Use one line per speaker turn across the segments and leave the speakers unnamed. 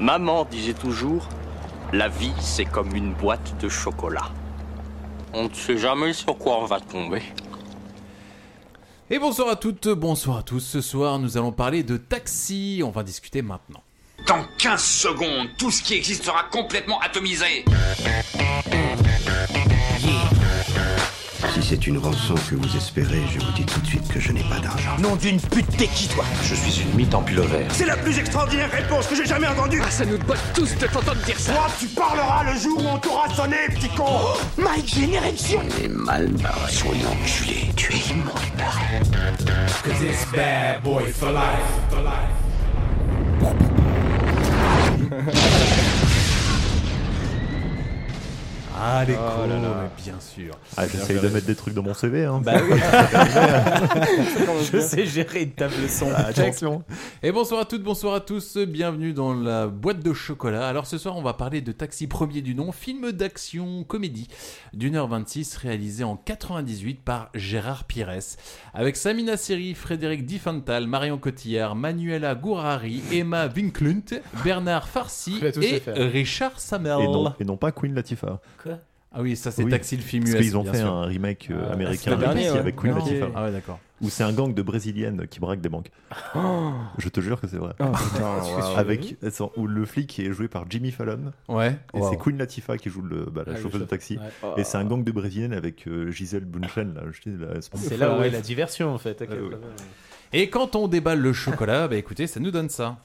Maman disait toujours, la vie c'est comme une boîte de chocolat. On ne sait jamais sur quoi on va tomber.
Et bonsoir à toutes, bonsoir à tous. Ce soir, nous allons parler de taxi. On va discuter maintenant.
Dans 15 secondes, tout ce qui existe sera complètement atomisé.
Si c'est une rançon que vous espérez, je vous dis tout de suite que je n'ai pas d'argent.
Nom d'une pute, t'es qui toi
Je suis une mythe en pullover.
C'est la plus extraordinaire réponse que j'ai jamais entendue
Ah, ça nous botte tous de t'entendre dire ça
Toi, tu parleras le jour où on t'aura sonné, petit con oh,
My Generation
On est mal barré.
Soyons enculé, tu es immonde.
Cause it's bad boy for life, for
life. Ah les
Oh là
cons,
là.
mais bien sûr.
Ah, j'essaye de mettre des trucs dans mon CV. Hein.
Bah oui.
Je
Je sais gérer une table son.
Ah, attention.
Et bonsoir à toutes, bonsoir à tous, bienvenue dans la boîte de chocolat. Alors ce soir, on va parler de Taxi Premier du Nom, film d'action comédie d'une heure 26 réalisé en 98 par Gérard Pires. Avec Samina Seri, Frédéric Di Fantal, Marion Cotillard, Manuela Gourari, Emma Winklunt, Bernard Farsi
va tous les
et
faire.
Richard Samel.
Et non, et non pas Queen Latifah.
Quoi
Ah oui, ça c'est
Oui.
Taxi le film US.
Parce qu'ils ont
bien
fait
sûr.
un remake euh,
Ah,
américain
c'était le dernier,
qui-
ouais.
avec Queen
Non.
Latifah.
Ah ouais, d'accord.
Où c'est un gang de brésiliennes qui braquent des banques. Je te jure que c'est vrai. Avec attends, où le flic est joué par Jimmy Fallon
Ouais.
et
Wow.
c'est Queen Latifah qui joue le bah, la
Ah, le
chauffeuse de
chauffeur.
taxi
Ouais.
et c'est un gang de brésiliennes avec euh, Gisèle Bunchen là, je sais, la-
C'est là où est la diversion en fait. ok,
Ah, oui.
quand même.
Et quand on déballe le chocolat, bah écoutez, ça nous donne ça.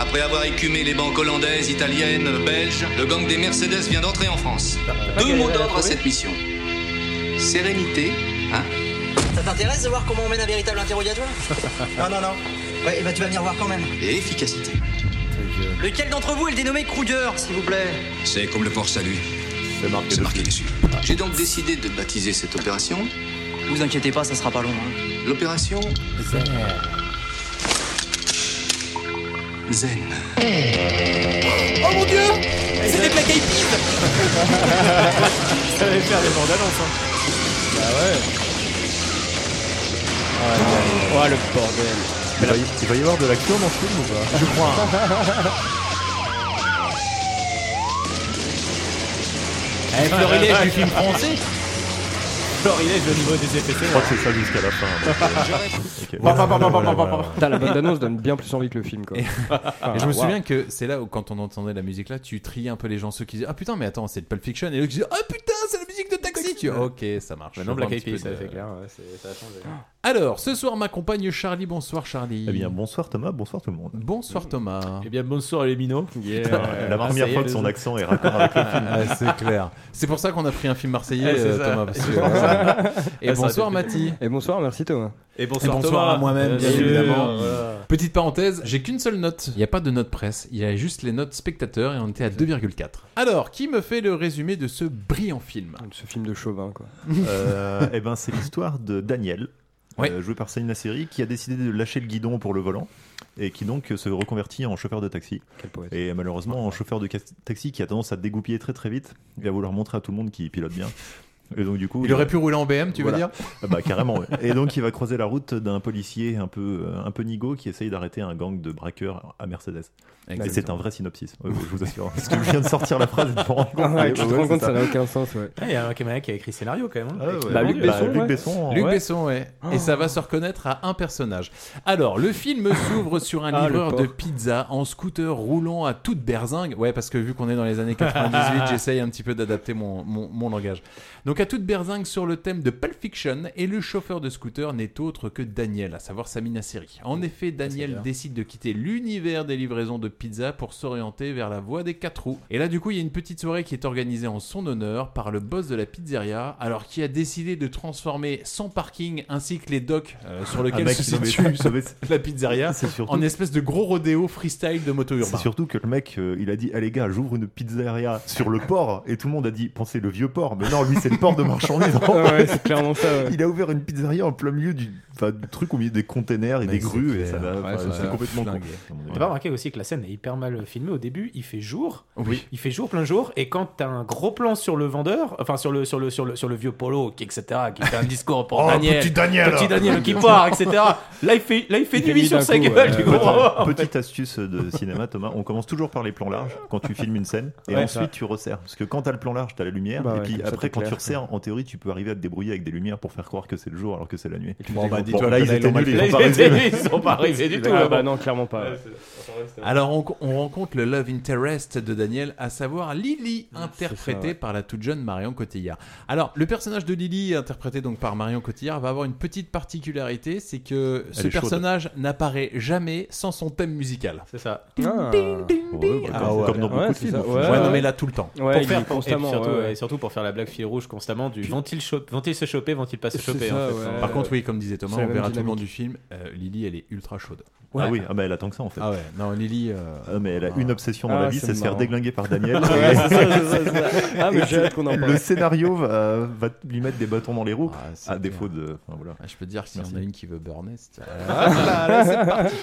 Après avoir écumé les banques hollandaises, italiennes, belges, le gang des Mercedes vient d'entrer en France.
pas
Deux
galéré
mots
à la
d'ordre à
trouver
cette mission. Sérénité, hein
Ça t'intéresse de voir comment on mène un véritable interrogatoire Non, non, non. Ouais, et bah tu vas venir voir quand même.
et efficacité.
Lequel d'entre vous est le dénommé Kruger, s'il vous plaît
C'est comme le port salut,
C'est marqué
c'est
dessus.
marqué dessus. J'ai donc décidé de baptiser cette opération
Vous inquiétez pas, ça sera pas long. hein.
l'opération Zen.
Oh mon dieu
C'est des Black Eyed Peas
Ça allait faire des bandes annonces. Hein.
Oh le bordel
Il va y- il va y avoir de l'action dans ce film ou pas Je crois.
Eh, Florilège
Ah,
du film français
Florilège au niveau des effets.
Je crois que c'est ça jusqu'à la fin. euh, Ok.
bah, bah, bah,
Voilà,
bah, bah,
voilà, voilà.
Putain, la bande annonce donne bien plus envie que le film, quoi.
Et
Ah,
je me souviens que c'est là où, quand on entendait la musique là, tu triais un peu les gens, ceux qui disaient Ah putain, mais attends, c'est de Pulp Fiction. Et eux qui disaient Ah putain, c'est la musique de taxi. Tu dis, Ok, ça marche.
Maintenant
On
Black
voit un
Eyed
petit
Peas, ça
peu de-
fait clair. ouais, c'est- Ça a changé.
Alors, ce soir, m'accompagne Charlie. Bonsoir, Charlie.
Eh bien, bonsoir Thomas, bonsoir tout le monde.
Bonsoir, Thomas.
Eh bien bonsoir les minots. Euh,
Euh,
la première fois que son accent est
ben,
raccord avec le film.
Ah, c'est clair. C'est pour ça qu'on a pris un film marseillais,
Eh, c'est
euh,
ça.
Thomas. parce que- Et
Ah, ça
bonsoir,
aurait
Mathie.
Et bonsoir, merci Thomas.
Et bonsoir,
Et bonsoir
Thomas.
à moi-même, bien
sûr,
évidemment.
voilà.
Petite parenthèse, j'ai qu'une seule note. Il n'y a pas de note presse. Il y a juste les notes spectateurs et on était à 2,4. Alors, qui me fait le résumé de ce brillant film
Ce film de Chauvin, quoi.
Euh, eh ben, c'est l'histoire de Daniel,
Ouais.
euh, joué par Céline série qui a décidé de lâcher le guidon pour le volant et qui donc euh, se reconvertit en chauffeur de taxi.
Quel poète.
Et malheureusement, un chauffeur de ca- taxi qui a tendance à dégoupiller très très vite et à vouloir montrer à tout le monde qu'il pilote bien. Et donc du coup,
Il aurait pu rouler en BM, tu veux
Voilà.
dire
Ah bah carrément. ouais. Et donc il va croiser la route d'un policier un peu euh, un peu nigo qui essaye d'arrêter un gang de braqueurs à Mercedes. Et c'est un vrai synopsis, ouais, je vous assure. Parce que je viens de sortir la phrase et de me rendre compte.
Ah Ouais, tu te
Ouais,
rends
c'est
compte,
ça.
ça n'a aucun sens, ouais.
Ah, Il y a un camarade qui a écrit le scénario quand même. hein.
Ah ouais, ouais.
Bah, Luc Besson,
Luc
ouais.
Besson,
Luc
ouais.
Besson, ouais. Et ça va se reconnaître à un personnage. Alors, le film s'ouvre sur un
Ah, le
livreur de
porc.
pizza en scooter roulant à toute berzingue. Ouais, parce que vu qu'on est dans les années 98, j'essaye un petit peu d'adapter mon, mon, mon langage. Donc, à toute berzingue sur le thème de Pulp Fiction, et le chauffeur de scooter n'est autre que Daniel, à savoir Samina Seri.
Oh,
En effet, Daniel
bien.
décide de quitter l'univers des livraisons de pizza pour s'orienter vers la voie des quatre roues. Et là, du coup, il y a une petite soirée qui est organisée en son honneur par le boss de la pizzeria, alors qui a décidé de transformer son parking ainsi que les docks euh, sur
Un
lequel
Ah, mec
se
qui se met-
situe
se met-
la pizzeria
C'est surtout,
en espèce de gros rodéo freestyle de moto
c'est
urbain.
surtout que le mec, euh, il a dit Ah les gars, j'ouvre une pizzeria sur le port. Et tout le monde a dit Pensez le vieux port. Mais non, lui, c'est le port mort de marchandises.
Ah ouais, c'est clairement ça, ouais.
Il a ouvert une pizzeria en plein milieu du, enfin, du truc au milieu des containers et
Mais
des
c'est
grues. et
clair.
ça va-
Ouais,
enfin,
ça
c'est
va
complètement con.
flinguer. T'as pas remarqué aussi que la scène est hyper mal filmée au début, il fait jour,
Oui.
il fait jour plein jour, et quand t'as un gros plan sur le vendeur, enfin sur le sur le sur le sur le vieux Polo, qui, etc., qui fait un discours pour
Oh,
Daniel,
petit Daniel.
petit Daniel qui part, etc. Là il fait là il fait nuit sur sa gueule, tu comprends
Euh, Petite petite astuce de cinéma, Thomas. On commence toujours par les plans larges quand tu filmes une scène et
Ouais,
ensuite
ça.
tu resserres. Parce que quand t'as le plan large, t'as la lumière.
Bah
et
ouais,
puis
comme ça,
après,
t'es
quand tu
clair.
resserres, en théorie, tu peux arriver à te débrouiller avec des lumières pour faire croire que c'est le jour alors que c'est la nuit.
Bon, bah,
dis-toi,
là,
là,
ils
ils
étaient
l'ont mal
nuls.
fait.
Ils sont pas arrivés.
Ils sont pas arrivés du tout,
Ah
là,
bah
bon.
non, clairement pas.
Ouais,
Alors, on, on rencontre le love interest de Daniel, à savoir Lily, interprétée
ouais.
par la toute jeune Marion Cotillard. Alors, le personnage de Lily, interprété donc par Marion Cotillard, va avoir une petite particularité, c'est que
Elle
ce
est chaude.
personnage n'apparaît jamais sans son thème musical.
C'est ça.
Ah.
Ouais, bah, comme- comme dans beaucoup de films.
Ouais, non, mais là, tout le temps.
Ouais,
pour
il
faire
est
pour- et
constamment,
surtout,
ouais, ouais.
et surtout pour faire la blague fille rouge constamment du vont-ils cho- vont-ils se choper, vont-ils pas se
C'est
choper
ça,
en fait.
ouais.
Par contre, oui, comme disait Thomas,
C'est la
on
même
verra tout le
dynamique.
long du film, euh, Lily, elle est ultra chaude.
Ah oui, ah bah, elle attend que ça en fait.
Ah ouais, non, Lily. euh,
Ah, mais elle a une obsession dans
Ah,
la vie,
c'est
c'est se faire
marrant.
déglinguer par Daniel.
Ouais,
Et-
c'est ça, c'est ça, c'est ça. Ah, mais
Et
j'ai hâte qu'on en parle.
Le scénario va, va lui mettre des bâtons dans les roues,
Ah, c'est
à défaut
clair.
de. enfin, voilà.
Ah, Je peux te dire que s'il y en
Merci.
a une qui veut burner, c'est. Ah, là, là, c'est parti.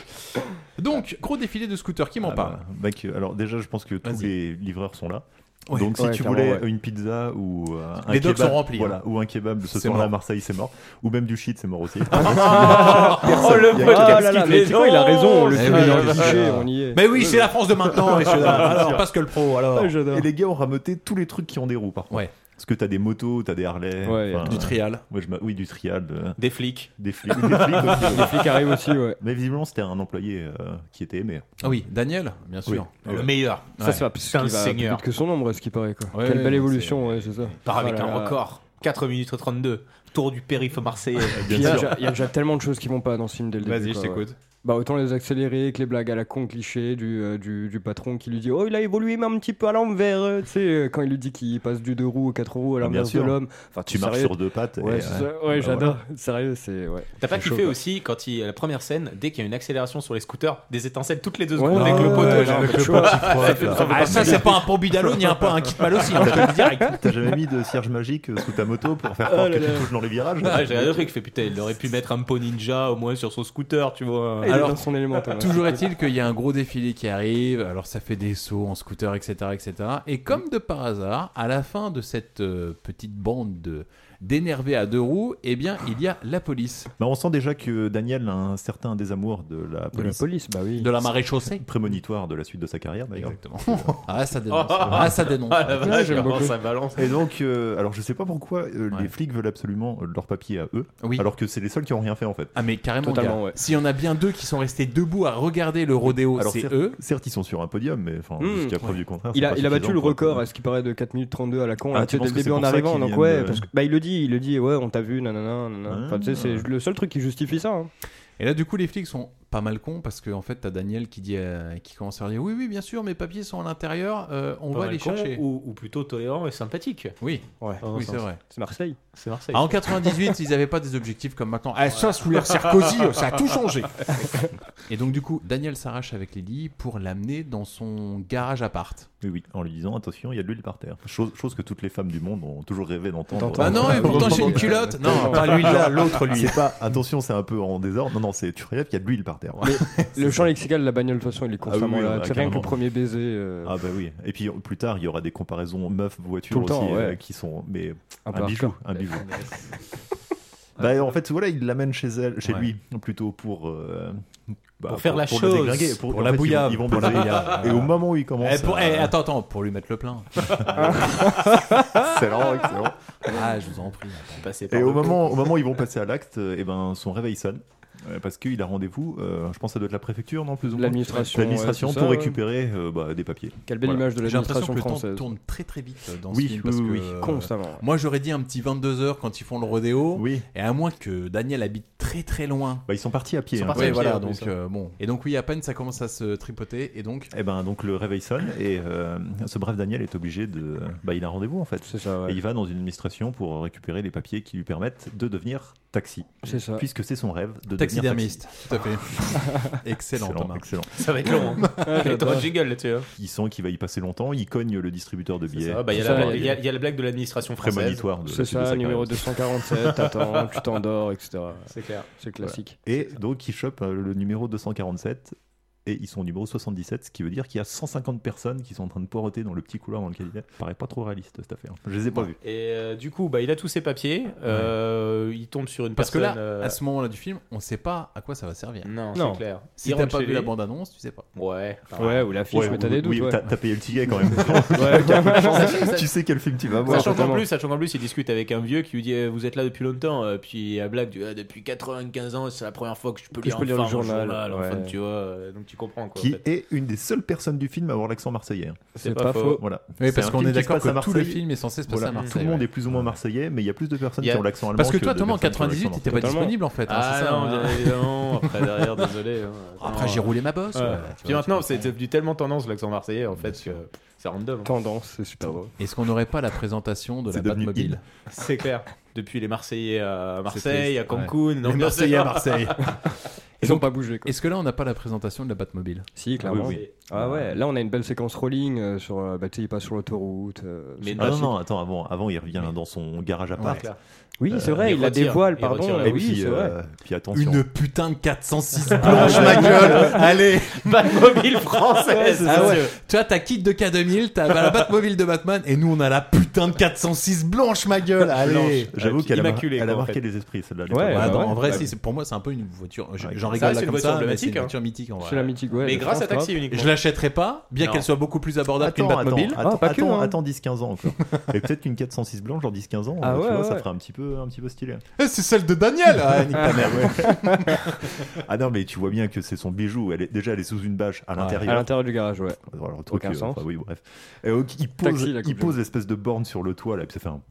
Donc, gros défilé de scooters, qui m'en
Ah,
parle
bah, mec, alors déjà, je pense que tous
Vas-y.
les livreurs sont là.
Ouais.
Donc si
Ouais,
tu
clairement,
voulais
ouais.
une pizza ou euh, un
Les docks
kebab,
sont remplis,
voilà,
hein.
ou un kebab ce
C'est
soir-là à
mort.
Marseille, c'est mort. Ou même du shit, c'est mort aussi.
Oh le
Ah,
podcast
là, là,
qui
mais
fait
tu sais quoi, il a
non
raison, le
Eh
film
ouais,
est dans le
ouais,
cliché,
ouais.
on y est.
Mais oui, c'est la France de maintenant, messieurs. dames. Alors,
sûr.
Pascal Pro, alors.
Ah, j'adore.
Et les gars ont rameuté tous les trucs qui ont des roues, par contre.
Ouais.
Parce que t'as des motos, t'as des Harley,
Ouais,
enfin,
Du trial.
moi, je m'a- oui, du trial, euh,
Des flics.
des flics, des flics aussi.
Les flics arrivent aussi, ouais.
Mais visiblement, c'était un employé euh, qui était aimé.
Ah oui, Daniel, bien sûr.
Ah
Oui.
Le meilleur.
Ça, c'est parce
C'est un
qu'il va plus
seigneur.
vite que son ombre, ce qui paraît, quoi.
Ouais,
Quelle
ouais,
belle
c'est-
évolution, ouais, c'est ça.
Part avec
Oh là
un
là.
record. 4 minutes 32. Tour du périph' marseillais.
Puis Il y, a déjà- il y a déjà tellement de choses qui vont pas dans ce film dès le début.
Vas-y, je
quoi, ouais.
t'écoute.
Bah autant les accélérer que les blagues à la con cliché du, euh, du, du patron qui lui dit oh il a évolué mais un petit peu à l'envers euh, tu sais euh, quand il lui dit qu'il passe du deux roues au quatre roues à
Ah, bien
l'inverse de
sûr.
l'homme enfin
Tu
c'est
marches
sérieux.
sur deux pattes.
ouais,
et,
c'est
euh,
ça. ouais,
bah,
j'adore sérieux c'est ouais
T'as pas
C'est chaud,
kiffé
quoi.
aussi quand il la première scène, dès qu'il y a une accélération sur les scooters, des étincelles toutes les deux
Ouais,
secondes avec
ouais,
le poteau.
ouais,
genre,
ouais,
avec
tu
le
vois.
poteau qui frotte,
Ouais,
là.
ça
Ah, ça, c'est pas un Pombidalo ni un, pas un Kitmal aussi, hein, je te le dis direct.
voilà. T'as jamais mis de cierge magique euh, sous ta moto pour
Oh
faire croire que tu touches dans les virages
Ah,
Ouais, J'ai regardé le truc, fait putain, il aurait pu mettre un pot ninja au moins sur son scooter, tu vois.
Ah, il est
Alors,
dans son élément toi, ouais.
Toujours est-il qu'il y a un gros défilé qui arrive, alors ça fait des sauts en scooter, etc. etc. Et comme de par hasard, à la fin de cette euh, petite bande de- d'énervés à deux roues, eh bien, il y a la police
Bah, on sent déjà que Daniel a un certain désamour de la
de la
police.
police bah oui
de la marée chaussée.
prémonitoire de la suite de sa carrière d'ailleurs.
Exactement. Ah, ça dénonce. Ah, ça dénonce.
Ah la vache,
j'aime
comment
beaucoup.
ça balance.
Et donc, euh, alors je sais pas pourquoi euh,
Ouais.
les flics veulent absolument euh, leur papier à eux,
Oui.
alors que c'est les seuls qui ont rien fait en fait.
Ah mais carrément,
Totalement,
gars.
ouais.
S'il y en a bien deux qui sont restés debout à regarder le rodéo,
Alors
Oh, c'est
certes,
eux.
certes, ils sont sur un podium, mais enfin
Hmm.
jusqu'à preuve du contraire.
il
c'est
a,
pas
il a battu
suffisant,
le
quoi.
record à ce qui paraît de 4 minutes 32 à la con
Ah,
là,
tu
tu sais, dès
penses
le
que c'est
début en
pour ça
arrivant
qu'il
donc
vient
ouais
de-
parce que, bah il le dit il le dit ouais on t'a vu nanana, nanana. enfin tu sais c'est
Ah.
le seul truc qui justifie ça hein.
Et là, du coup, les flics sont pas mal cons parce que en fait, t'as Daniel qui dit, euh, qui commence à dire, oui, oui, bien sûr, mes papiers sont à l'intérieur, euh, on
Pas
va
mal
les
con,
chercher.
Ou, ou plutôt tolérant et sympathique.
Oui,
ouais
Dans un
oui,
sens.
c'est vrai.
c'est Marseille
C'est Marseille.
Hein
Ah, en 98, ils n'avaient pas des objectifs comme maintenant. Ah, ça, sous l'ère euh, Sarkozy, ça a tout changé. Et donc, du coup, Daniel s'arrache avec Lily pour l'amener dans son garage appart.
Oui, oui, en lui disant attention, il y a de l'huile par terre. Chose, chose que toutes les femmes du monde ont toujours rêvé d'entendre.
Bah
D'entendre.
non, et pourtant, j'ai une culotte. Non, pas lui là, l'autre lui.
C'est pas attention, c'est un peu en désordre. Non, non, c'est tu relèves qu'il y a de l'huile par terre.
le champ lexical de la bagnole de toute façon il est
oui,
constamment
oui,
là
bah,
Tu sais, rien que
carrément.
le premier baiser euh,
Ah bah oui. Et puis plus tard, il y aura des comparaisons meuf-voiture
Tout le temps,
aussi euh,
ouais.
qui sont mais
un peu
un bijou,
hardcore.
un bijou. Bah, en fait, voilà, il l'amène chez elle, chez lui, plutôt pour. euh, bah,
Pour faire la
la
chose.
déglinguer, pour,
Pour
en
la
fait, ils vont-
bouillave.
Ils vont,
Pour la
baiser.
bouillave.
Et au moment où il commence. euh,
Eh, pour-
à-
eh, attends, attends, pour lui mettre le plein.
Excellent, excellent.
Ah, je vous en prie.
Passé par
Et au
le-
moment, au moment où ils vont passer à l'acte, et ben, son réveil sonne. euh, Parce qu'il a rendez-vous, euh, je pense que ça doit être la préfecture, non plus ou moins
L'administration,
L'administration
ouais, c'est
pour
ça, ouais.
récupérer euh, bah, des papiers.
quelle belle
Voilà.
image de
J'ai l'impression
l'administration
que le temps
française
tourne très très vite dans
Oui,
ce film.
oui,
parce que,
oui,
euh,
constamment
Moi j'aurais dit un petit 22h quand ils font le
Oh.
rodéo.
Oui,
Et à moins que Daniel habite très très loin.
bah, ils sont partis à pied.
Ils sont
hein,
partis à
quand
Ouais,
même.
pied.
voilà,
en plus,
donc euh, bon. Et donc, oui, à peine ça commence à se tripoter. Et donc,
Et ben, donc le réveil sonne et euh, ce brave Daniel est obligé de. Bah, il a un rendez-vous en fait.
c'est ça
Et
ouais
il va dans une administration pour récupérer les papiers qui lui permettent de devenir taxi.
C'est ça.
Puisque c'est son rêve de
Taxidermiste,
devenir taxi.
tout à fait. Excellent, Thomas.
excellent.
Ça va être long. hein. Il y a trop de jingles là-dessus. hein.
Il sent qu'il va y passer longtemps, il cogne le distributeur de billets.
Ah, bah, Il y a la- il y a- il y a la blague de l'administration française.
Prémonitoire de
C'est
la suite
ça,
de sa
numéro
carrière.
247, attends, tu t'endors, etc.
C'est clair.
C'est classique.
Et donc, il chope euh, le numéro 247 et ils sont au numéro 77, ce qui veut dire qu'il y a 150 personnes qui sont en train de poireauter dans le petit couloir dans lequel il est. Ça paraît pas trop réaliste cette affaire. Je les ai pas vus.
Et euh, du coup, bah, il a tous ses papiers. euh, Il tombe sur une
Parce que
personne.
là,
euh,
à ce moment-là du film, on sait pas à quoi ça va servir.
Non, c'est clair.
Si
Il
t'as
rentre
pas
chez
vu la
lui.
bande-annonce, tu sais pas.
Ouais. enfin,
Ouais, ou l'affiche,
Ouais,
mais t'as
ou-
des doutes.
oui,
ouais.
t'as- t'as payé le ticket quand même.
ouais, carrément.
Tu sais quel film tu vas voir.
Sachant qu'en
totalement.
plus, sachant qu'en plus, il discute avec un vieux qui lui dit eh, Vous êtes là depuis longtemps. euh, Puis à blague, du, Ah, depuis 95 ans, c'est la première fois que je peux
Que
lire,
je peux lire
enfin
le journal.
enfin,
Ouais.
tu vois, euh, donc tu comprends quoi. en
Qui
fait.
est une des seules personnes du film à avoir l'accent marseillais. hein.
C'est C'est pas pas faux. faux.
Oh.
Voilà.
Oui,
C'est
parce
un
qu'on
film
est
qui se
d'accord
passe à
que tout le
Marseille.
film est censé se passer à
Tout
Marseille,
le monde
ouais.
est plus ou moins marseillais, mais il y a plus de personnes
Il y a-
qui ont l'accent allemand.
Parce que toi,
de
Thomas, en
personnes qui ont l'accent
98, t'étais pas
marseillais.
disponible en fait. hein,
Ah
c'est ça,
non,
hein.
bien évidemment. Après, derrière, désolé. hein.
Après,
Attends,
j'ai
euh,
roulé ma bosse,
ouais.
voilà, tu vois,
Puis maintenant, c'est devenu tellement tendance l'accent marseillais en fait que c'est random. hein.
Tendance, c'est super beau.
Est-ce qu'on n'aurait pas la présentation de la
C'est devenu
Batmobile
C'est clair. Depuis les Marseillais à
C'est
Marseille,
triste,
à Cancun,
ouais.
non,
Les
bien
Marseillais
sûr.
à Marseille.
Ils ont pas bougé. Quoi.
Est-ce que là, on n'a pas la présentation de la Batmobile
Si, clairement.
oui, oui.
Ah ouais, là on a une belle séquence rolling euh, sur, euh, bah, tu sais, il passe sur l'autoroute. euh,
Mais
c'est
Ah non,
classique.
non, attends, avant, avant il revient dans son garage à
Ouais.
part.
Clair.
Oui, c'est vrai,
il
il la
retire,
dévoile,
il
pardon.
retire la-
euh,
Et
oui,
puis,
c'est
euh,
vrai.
puis attention.
Une putain de 406 blanche,
Ah,
ma gueule Allez
Batmobile française.
Ah ouais. Tu vois, t'as kit de K2000, t'as bah, la Batmobile de Batman, et nous on a la putain de 406 blanche, ma gueule Allez
J'avoue qu'elle a, mar-
Ah, Immaculée,
elle
quoi,
a
en
marqué
fait.
les esprits celle-là.
Ouais,
Ouais,
bah
non,
ouais.
En vrai,
Bah
si,
oui.
c'est- pour moi, c'est un peu une voiture. je- J'en
Ça,
rigole
c'est
là
une
comme
voiture
ça, mais c'est
emblématique,
une
hein.
voiture mythique en vrai.
C'est la mythique, ouais.
Mais
de
grâce
France,
hein.
à Taxi
grave.
uniquement.
Je l'achèterai pas, bien
Non.
qu'elle soit beaucoup plus abordable qu'une
Attends, attends,
bah, Batmobile.
attends,
Ah, pas que,
attends,
hein.
attends 10-15 ans encore. Et peut-être une 406 blanche dans 10-15 ans,
Ah
tu
ouais,
vois, ça
ouais.
ferait un petit peu, un petit peu stylé.
Eh, C'est celle de Daniel Ah, nique ta mère, ouais.
Ah non, mais tu vois bien que c'est son bijou. Elle est, déjà, elle est sous une bâche à
À
l'intérieur.
l'intérieur du garage, ouais.
Alors, le
Aucun
euh,
sens.
enfin, oui, bref. Et donc, il
Taxi,
pose,
la
il
coupe
pose l'espèce de borne sur le toit, là, et puis ça fait un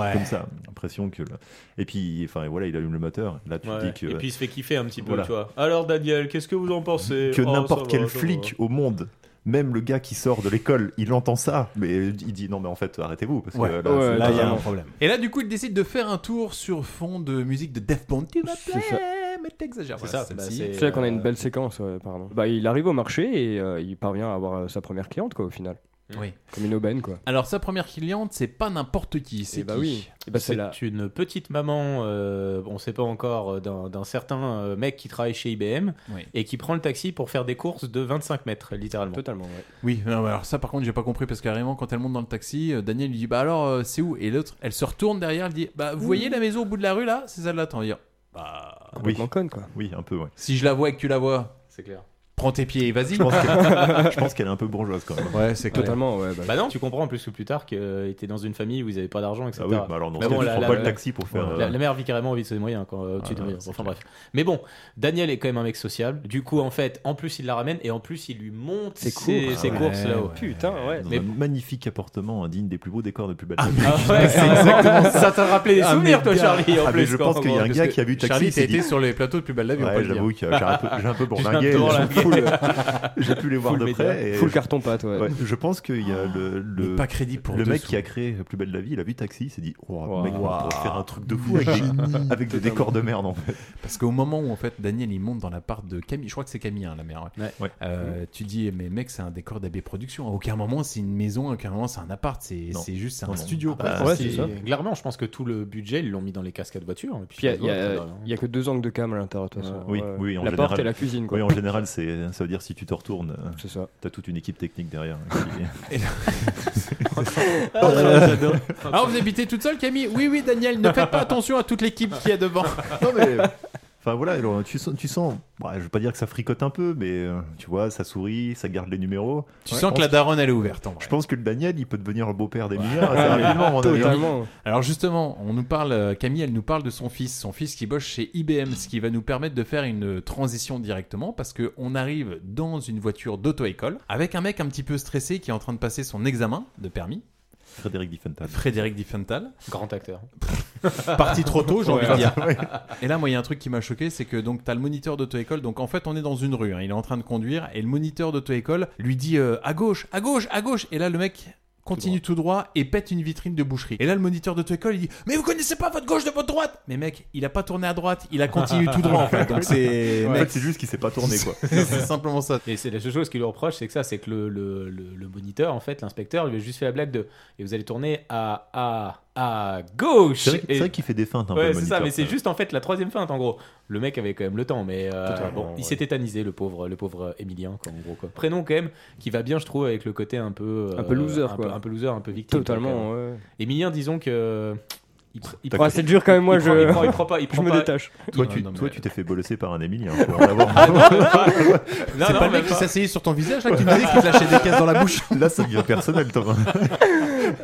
Ouais.
comme ça. Impression que. le- Et puis, enfin, voilà, il allume le moteur. Là, tu te
Ouais.
dis que.
Et puis il se fait kiffer un petit peu,
Voilà.
tu vois. Alors Daniel, qu'est-ce que vous en pensez
que
Oh, ça
n'importe quel
va, ça va.
flic au monde, même le gars qui sort de l'école, il entend ça, mais il dit non mais en fait arrêtez-vous parce
Ouais.
que là,
Ouais,
c'est
là,
pas-
il y a un
problème. Et là, du coup, il décide de faire un tour sur fond de musique de Def Punk. Tu
C'est
m'appelles, mais t'exagères.
C'est
Voilà,
ça, bah,
celle-ci.
c'est-
C'est là qu'on a une
euh,
belle séquence, ouais, pardon. Bah, il arrive au marché et euh, il parvient à avoir euh, sa première cliente, quoi, au final.
Oui.
Comme une aubaine, quoi.
Alors, sa première cliente, c'est pas n'importe qui.
Eh
C'est
Et bah
qui
oui. Et bah, c'est
Eh ben, C'est
là.
une petite maman, euh, on sait pas encore, euh, d'un d'un certain euh, mec qui travaille chez IBM
Oui.
et qui prend le taxi pour faire des courses de 25 mètres, littéralement.
Totalement, ouais.
Oui, non, mais alors ça, par contre, j'ai pas compris parce carrément, quand elle monte dans le taxi, euh, Daniel lui dit Bah alors, euh, c'est où Et l'autre, elle se retourne derrière, elle dit Bah, vous voyez la maison au bout de la rue là C'est celle-là. Attends, dire Bah,
Ah Oui,
Complètement conne, quoi.
oui, un peu, ouais.
si je la vois et que tu la vois,
C'est clair.
prends tes pieds et vas-y.
Je pense qu'elle- je pense qu'elle est un peu bourgeoise quand même.
Ouais, c'est clair.
Totalement, ouais. bah,
Bah non, tu comprends en plus que plus tard qu'il était dans une famille où ils avaient pas d'argent, etc.
Ah oui, bah alors non,
Mais bon,
tu
la-
prends
la-
pas
la-
le taxi pour faire.
La,
euh,
la mère vit carrément au de ses moyens quand, euh, au-dessus
Ah,
des moyens. Enfin
c'est
bref. Mais bon, Daniel est quand même un mec sociable. Du coup, en fait, en plus, il la ramène et en plus, il lui monte
C'est
ses,
cool.
ses
Ah ouais,
courses là-haut.
ouais.
Putain, ouais.
dans
mais-
un magnifique appartement, un digne des plus beaux décors de plus belle.
Ah ouais, c'est exactement ça. t'a rappelé des
Ah,
souvenirs,
mais
toi,
bien.
Charlie, en
Ah, mais
plus.
je
quoi,
pense
en
qu'il y a
gros.
un
Parce
gars
que
qui a vu Taxi,
Charlie,
il
t'as
s'est dit-
été sur les plateaux de plus belle la vie, on
Ouais,
peut le dire.
j'avoue que j'ai un peu, j'ai un peu bourlingué,
un peu
j'en fous
bourlingué.
le- j'ai pu les voir
Full
de
média.
près. et
Full
je-
carton pâte, ouais.
ouais, je pense qu'il y a le, le,
Mais pas crédit pour
le
deux
mec
sous.
qui a créé Plus belle la vie, il a vu Taxi, il s'est dit oh,
Wow.
mec, on pourrait faire un truc de fou avec des, avec des décors de merde en fait.
Parce qu'au moment où en fait Daniel il monte dans l'appart de Camille, je crois que c'est Camille hein, la mère. ouais.
Ouais.
Ouais. Mmh.
Euh, Tu dis mais mec c'est un décor d'AB Productions. À aucun moment c'est une maison, à aucun moment c'est un appart, c'est
Non.
c'est juste c'est
Non,
un
non.
studio. quoi.
Bah,
Ouais,
c'est-
c'est ça. Clairement, je pense que tout le budget, ils l'ont mis dans les euh, cascades voitures. Et puis,
Puis il y a- il y,
voilà,
a-
voilà.
il y a que deux angles de cam à l'intérieur, de toute façon.
Oui,
Ouais.
oui, en
La
général.
porte et la cuisine, quoi.
Oui, en général, c'est, ça veut dire si tu te retournes, euh,
C'est ça.
t'as toute une équipe technique derrière. hein, qui-
Alors Ah, vous habitez toute seule Camille Oui oui Daniel, ne faites pas attention à toute l'équipe qui est devant.
non mais enfin voilà alors, tu sens, tu sens bah, je veux pas dire que ça fricote un peu mais euh, tu vois ça sourit ça garde les numéros
Tu
Ouais.
sens que la daronne elle est ouverte. En vrai.
je pense que le Daniel il peut devenir le beau-père des mineurs assez rapidement à mon avis.
Totalement.
Alors justement, on nous parle, euh, Camille, elle nous parle de son fils, son fils qui bosse chez IBM, ce qui va nous permettre de faire une euh, transition directement parce que on arrive dans une voiture d'auto-école avec un mec un petit peu stressé qui est en train de passer son examen de permis,
Frédéric Diffenthal
Frédéric Diffenthal,
Grand acteur.
parti trop tôt, j'ai envie de dire. Et là, moi, il y a un truc qui m'a choqué, c'est que donc t'as le moniteur d'auto-école, donc en fait, on est dans une rue, hein, il est en train de conduire et le moniteur d'auto-école lui dit euh, à gauche, à gauche, à gauche, et là, le mec continue tout droit et pète une vitrine de boucherie. Et là, le moniteur d'auto-école, il dit Mais vous connaissez pas votre gauche de votre droite Mais mec, il a pas tourné à droite, il a continué tout droit en fait. Donc c'est.
En
mec,
fait, c'est juste qu'il s'est pas tourné, quoi.
c'est simplement ça.
Et c'est la seule chose qu'il lui reproche, c'est que ça, c'est que le, le, le- le moniteur, en fait, l'inspecteur, lui a juste fait la blague de et vous allez tourner à à à gauche.
C'est vrai-
Et-
c'est vrai qu'il fait des feintes, un peu,
Ouais,
le
c'est ça,
moniteur.
mais c'est juste en fait la troisième feinte en gros. Le mec avait quand même le temps, mais euh,
Totalement,
bon, il
ouais.
s'est tétanisé le pauvre le pauvre euh, Emilien quoi, en gros quoi. Prénom quand même qui va bien je trouve avec le côté un peu euh,
Un peu loser,
un
quoi.
peu, un peu loser, un peu victime.
Totalement,
quoi, quand même. Emilien, disons que il, pr- il
Ouais,
prend-
c'est dur quand même, moi,
il prend-
je-
il prend- il prend pas- il
je
prend
me
pas-
détache.
Toi,
Non,
tu,
non, mais-
toi, tu t'es fait bolosser par un Emilien. Faut en avoir.
Ah, non, non, non. Non,
C'est
non,
pas le
même
mec qui
pas.
s'asseyait sur ton visage là qui me disait qu'il te lâchait des caisses dans la bouche.
Là, ça devient personnel, Thomas.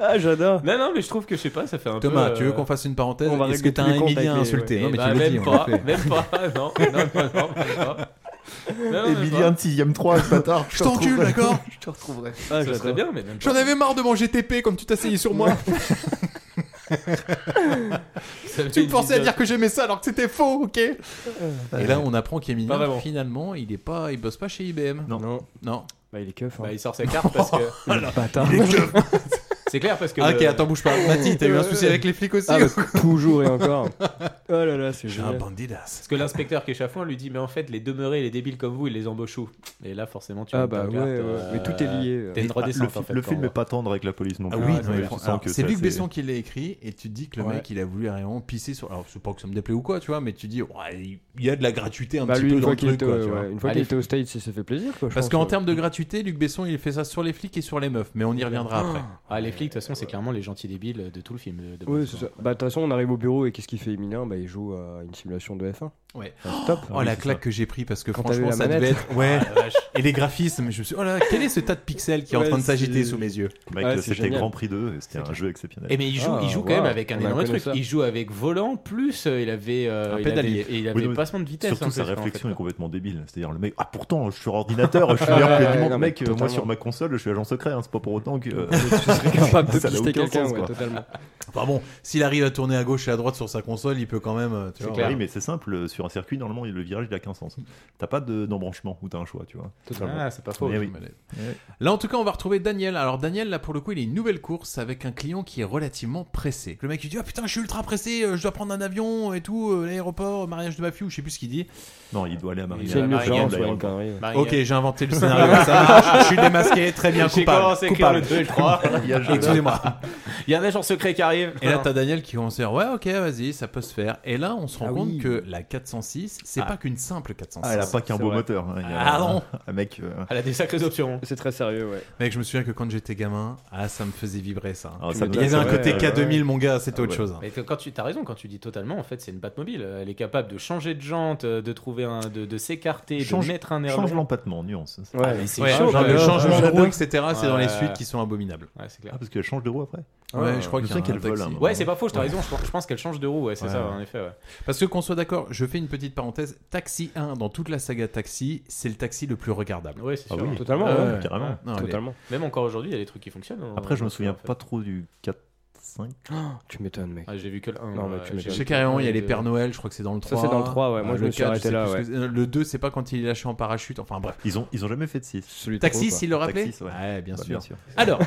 Ah, j'adore.
Non, non, mais je trouve que je sais pas, ça fait un peu.
Thomas,
euh,
tu veux qu'on fasse une parenthèse
on va
Est-ce que
régler
t'as
tous
un
les comptes
Emilien
avec les-
insulté Non,
eh
mais
bah,
tu l'as
même
dit. on l'a
pas,
fait.
même pas, non, non, non, non, même pas. Non, non, même
Emilien de 6ème 3, ce bâtard.
Je t'encule,
retrouverai.
d'accord
Je te retrouverai.
pas. Ça serait bien, mais même pas.
J'en avais marre de mon GTP comme tu t'asseyais sur moi.
Ça me fait
tu me
une
pensais à
idiote.
dire que j'aimais ça alors que c'était faux, ok Et là, on apprend
Pas
qu'Emilien,
vraiment.
finalement, il est pas, il bosse pas chez IBM.
Non. Ah
Non.
Bah, il est keuf. hein.
Bah, il sort sa carte parce que.
Le bâtard.
C'est clair parce que.
Ah,
le-
ok, attends, bouge pas. Mathis, t'as eu un souci avec les flics aussi
Ah, bah, toujours et encore. Oh là là, c'est
J'ai un
génial.
bandidas.
Parce que l'inspecteur qui est chafouin lui dit Mais en fait, les demeurés et les débiles comme vous, ils les embauchent. Et là, forcément, tu
Ah,
montes
bah,
en
ouais,
carte,
ouais.
euh,
Mais tout est lié.
T'es une
Ah, le,
redescente
fi-
en fait.
le
quand
film
on
est pas tendre avec la police non
Ah
plus.
oui,
Ouais,
non, mais
tu
fran-
sens
alors,
que
c'est Luc
assez-
Besson qui l'a écrit et tu te dis que le
Ouais.
mec il a voulu vraiment pisser sur. Alors c'est pas que ça me déplaît ou quoi, tu vois, mais tu dis ouais, il il y a de la gratuité un
Bah,
petit
lui,
peu
une
dans
fois
le
qu'il
truc.
était,
Quoi, tu
ouais,
vois.
une fois
Allez,
qu'il était au Stage, il s'est fait plaisir. Quoi, je
Parce
pense, hein.
qu'en
ouais.
termes de gratuité, Luc Besson il fait ça sur les flics et sur les meufs, mais on y reviendra après.
Ah, les flics, de toute façon, c'est clairement les gentils débiles de tout le film. de- de
Oui,
Bond,
c'est
quoi.
ça. Bah, de toute façon, on arrive au bureau et qu'est-ce qu'il fait Emilien Bah, il joue à une simulation de F1.
Ouais.
Enfin, c'est top.
Oh la claque que j'ai pris parce que
Quand t'as
franchement
vu la
ça devait
manette.
être ouais
Ah, la vache.
et les graphismes je me suis oh là quel est ce tas de pixels qui est en
Ouais,
train de
c'est-
s'agiter sous mes yeux
Mec,
Ouais, c'est
c'était
génial.
Grand Prix 2, et c'était un jeu exceptionnel.
Et Eh, mais il joue,
Ah,
il joue quand
voilà,
même avec un
on a
énorme
connu
truc.
ça.
Il joue avec volant, plus euh, il avait. euh,
Un
il
pédalier.
avait- et il avait
Oui, non, mais
passement de vitesse.
Surtout
hein,
que sa
c'est ça, en
réflexion
fait.
est complètement débile. C'est-à-dire le mec, ah pourtant, je suis sur ordinateur, je suis meilleur que
Ouais,
du monde.
non, mais
Mec, euh, moi
totalement.
sur ma console, je suis agent secret, hein, c'est pas pour autant que. euh,
Tu serais capable de
Ça n'a
pister
aucun
quelqu'un,
sens,
ouais,
quoi.
totalement.
enfin bon s'il arrive à tourner à gauche et à droite sur sa console il peut quand même euh, tu vois,
Oui, mais c'est simple, euh, sur un circuit, normalement, le virage il a qu'un sens. T'as pas de- d'embranchement ou t'as un choix, tu vois.
Ah, c'est pas faux.
Mais oui.
Là, en tout cas, on va retrouver Daniel. Alors, Daniel, là, pour le coup, il a une nouvelle course avec un client qui est relativement pressé. Le mec, il dit Ah putain, je suis ultra pressé, euh, je dois prendre un avion et tout, euh, l'aéroport, mariage de ma fille, ou je sais plus ce qu'il dit.
Non, il doit aller à Marine.
C'est une
Marianne,
urgence, ouais, une
d'ailleurs.
connerie. ouais.
Marianne.
Ok, j'ai inventé le scénario, ça marche, je suis démasqué, très bien,
J'ai
coupable.
commencé à écrire
coupable.
le 2 et le 3.
Excusez-moi.
Il y a un agent secret qui arrive.
Et là, t'as Daniel qui commence à dire Ouais, ok, vas-y, ça peut se faire. Et là, on se rend
Ah
compte
oui.
que la 406, c'est pas qu'une simple 406.
Ah, elle a pas qu'un
C'est
beau
vrai.
moteur. hein, il y a
Ah, non.
Un mec. euh,
Elle a des sacrées options.
C'est très sérieux, ouais.
Mec, je me souviens que quand j'étais gamin, ah, ça me faisait vibrer ça.
Ah,
Il
ça
y avait
doit-
un
ouais,
côté
ouais,
K2000,
ouais.
mon gars, c'était
Ah,
autre
ouais.
chose. hein.
Mais que- quand tu as raison, quand tu dis totalement, en fait, c'est une Batmobile. Elle est capable de changer de jante, euh, de trouver un, de, de s'écarter, de
Change,
mettre un airbag.
change l'empattement, nuance.
Ouais,
mais c'est
Ouais,
chaud.
genre
quoi.
le
j'adore,
changement de
j'adore.
roue, etc. C'est dans les
Ouais.
suites qui sont abominables.
Ouais, c'est clair.
Ah, parce qu'elle change de roue après
Ouais,
Ouais,
je crois
je
qu'il y a
sais
un
qu'elle vole,
taxi.
hein.
Ouais, c'est pas faux, je t'as raison. Je pense, je pense qu'elle change de roue, ouais, c'est
Ouais.
ça, en effet. ouais.
Parce que qu'on soit d'accord, je fais une petite parenthèse. Taxi 1, dans toute la saga Taxi, c'est le taxi le plus regardable.
Ouais, c'est
Ah
sûr.
oui.
Totalement,
Ah,
ouais.
ouais.
Carrément.
Non, elle est-
Totalement.
Même encore aujourd'hui, il y a des trucs qui fonctionnent. hein,
Après, je me
en
souviens
fait.
pas trop du 4-5.
Tu m'étonnes, mec.
Ah, j'ai vu que le 1.
Non, mais tu m'étonnes.
Je sais carrément, il y a les Pères Noël, je crois que c'est dans le
Ça,
3.
c'est dans le 3, ouais. Moi,
Euh,
je me suis
quatre,
arrêté
sais
là,
plus
ouais.
ce que c'est. Euh, Le 2, c'est pas quand il est lâché en parachute. Enfin bref.
Ils ont, ils ont jamais fait de 6.
Celui de
Taxi,
trop, quoi.
s'il le rappelait
Taxi, ouais.
bien
Bah,
sûr. Ah, Alors,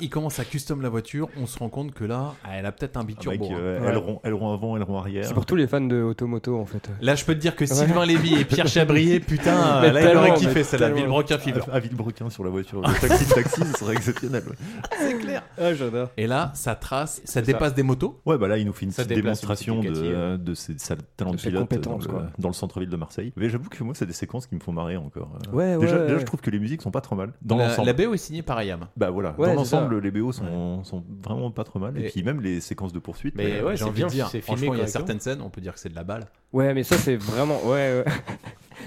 il commence à custom la voiture. On se rend compte que là, ah, elle a peut-être un
Ah, mec,
biturbo. hein.
euh,
Ouais.
aileron, aileron avant, aileron arrière.
C'est pour tous les fans de Automoto, en fait.
Là, je peux te dire que Sylvain Lévy et Pierre Chabrier, putain,
Mais
là, il aurait
tellement,
kiffé
mais
celle-là.
tellement.
Villebroquin fibre.
À, à Villebrequin sur la voiture. Le taxi, de taxi, ce serait exceptionnel. ouais.
Ah, j'adore.
Et là, ça trace, ça dépasse des motos.
Ouais, bah là, il nous fait une
Ça
petite
déplace une
démonstration
petite
de,
Ducati,
euh, de ses, sa talent de
De ses
pilote dans
compétences,
le,
quoi.
dans le centre-ville de Marseille. Mais j'avoue que moi, c'est des séquences qui me font marrer encore. Euh,
Ouais, ouais,
déjà,
Ah ouais.
déjà, je trouve que les musiques sont pas trop mal. Dans
la,
l'ensemble.
la BO est signée par IAM.
Bah voilà,
Ouais,
dans
c'est
l'ensemble, les BO sont, sont vraiment pas trop mal. Et,
Et-
puis même les séquences de poursuite.
Mais ouais,
J'ai
c'est
envie
bien,
de dire,
c'est filmé
franchement, il y a
correctement.
certaines scènes, on peut dire que c'est de la balle.
Ouais, mais ça, c'est vraiment. Ouais, ouais.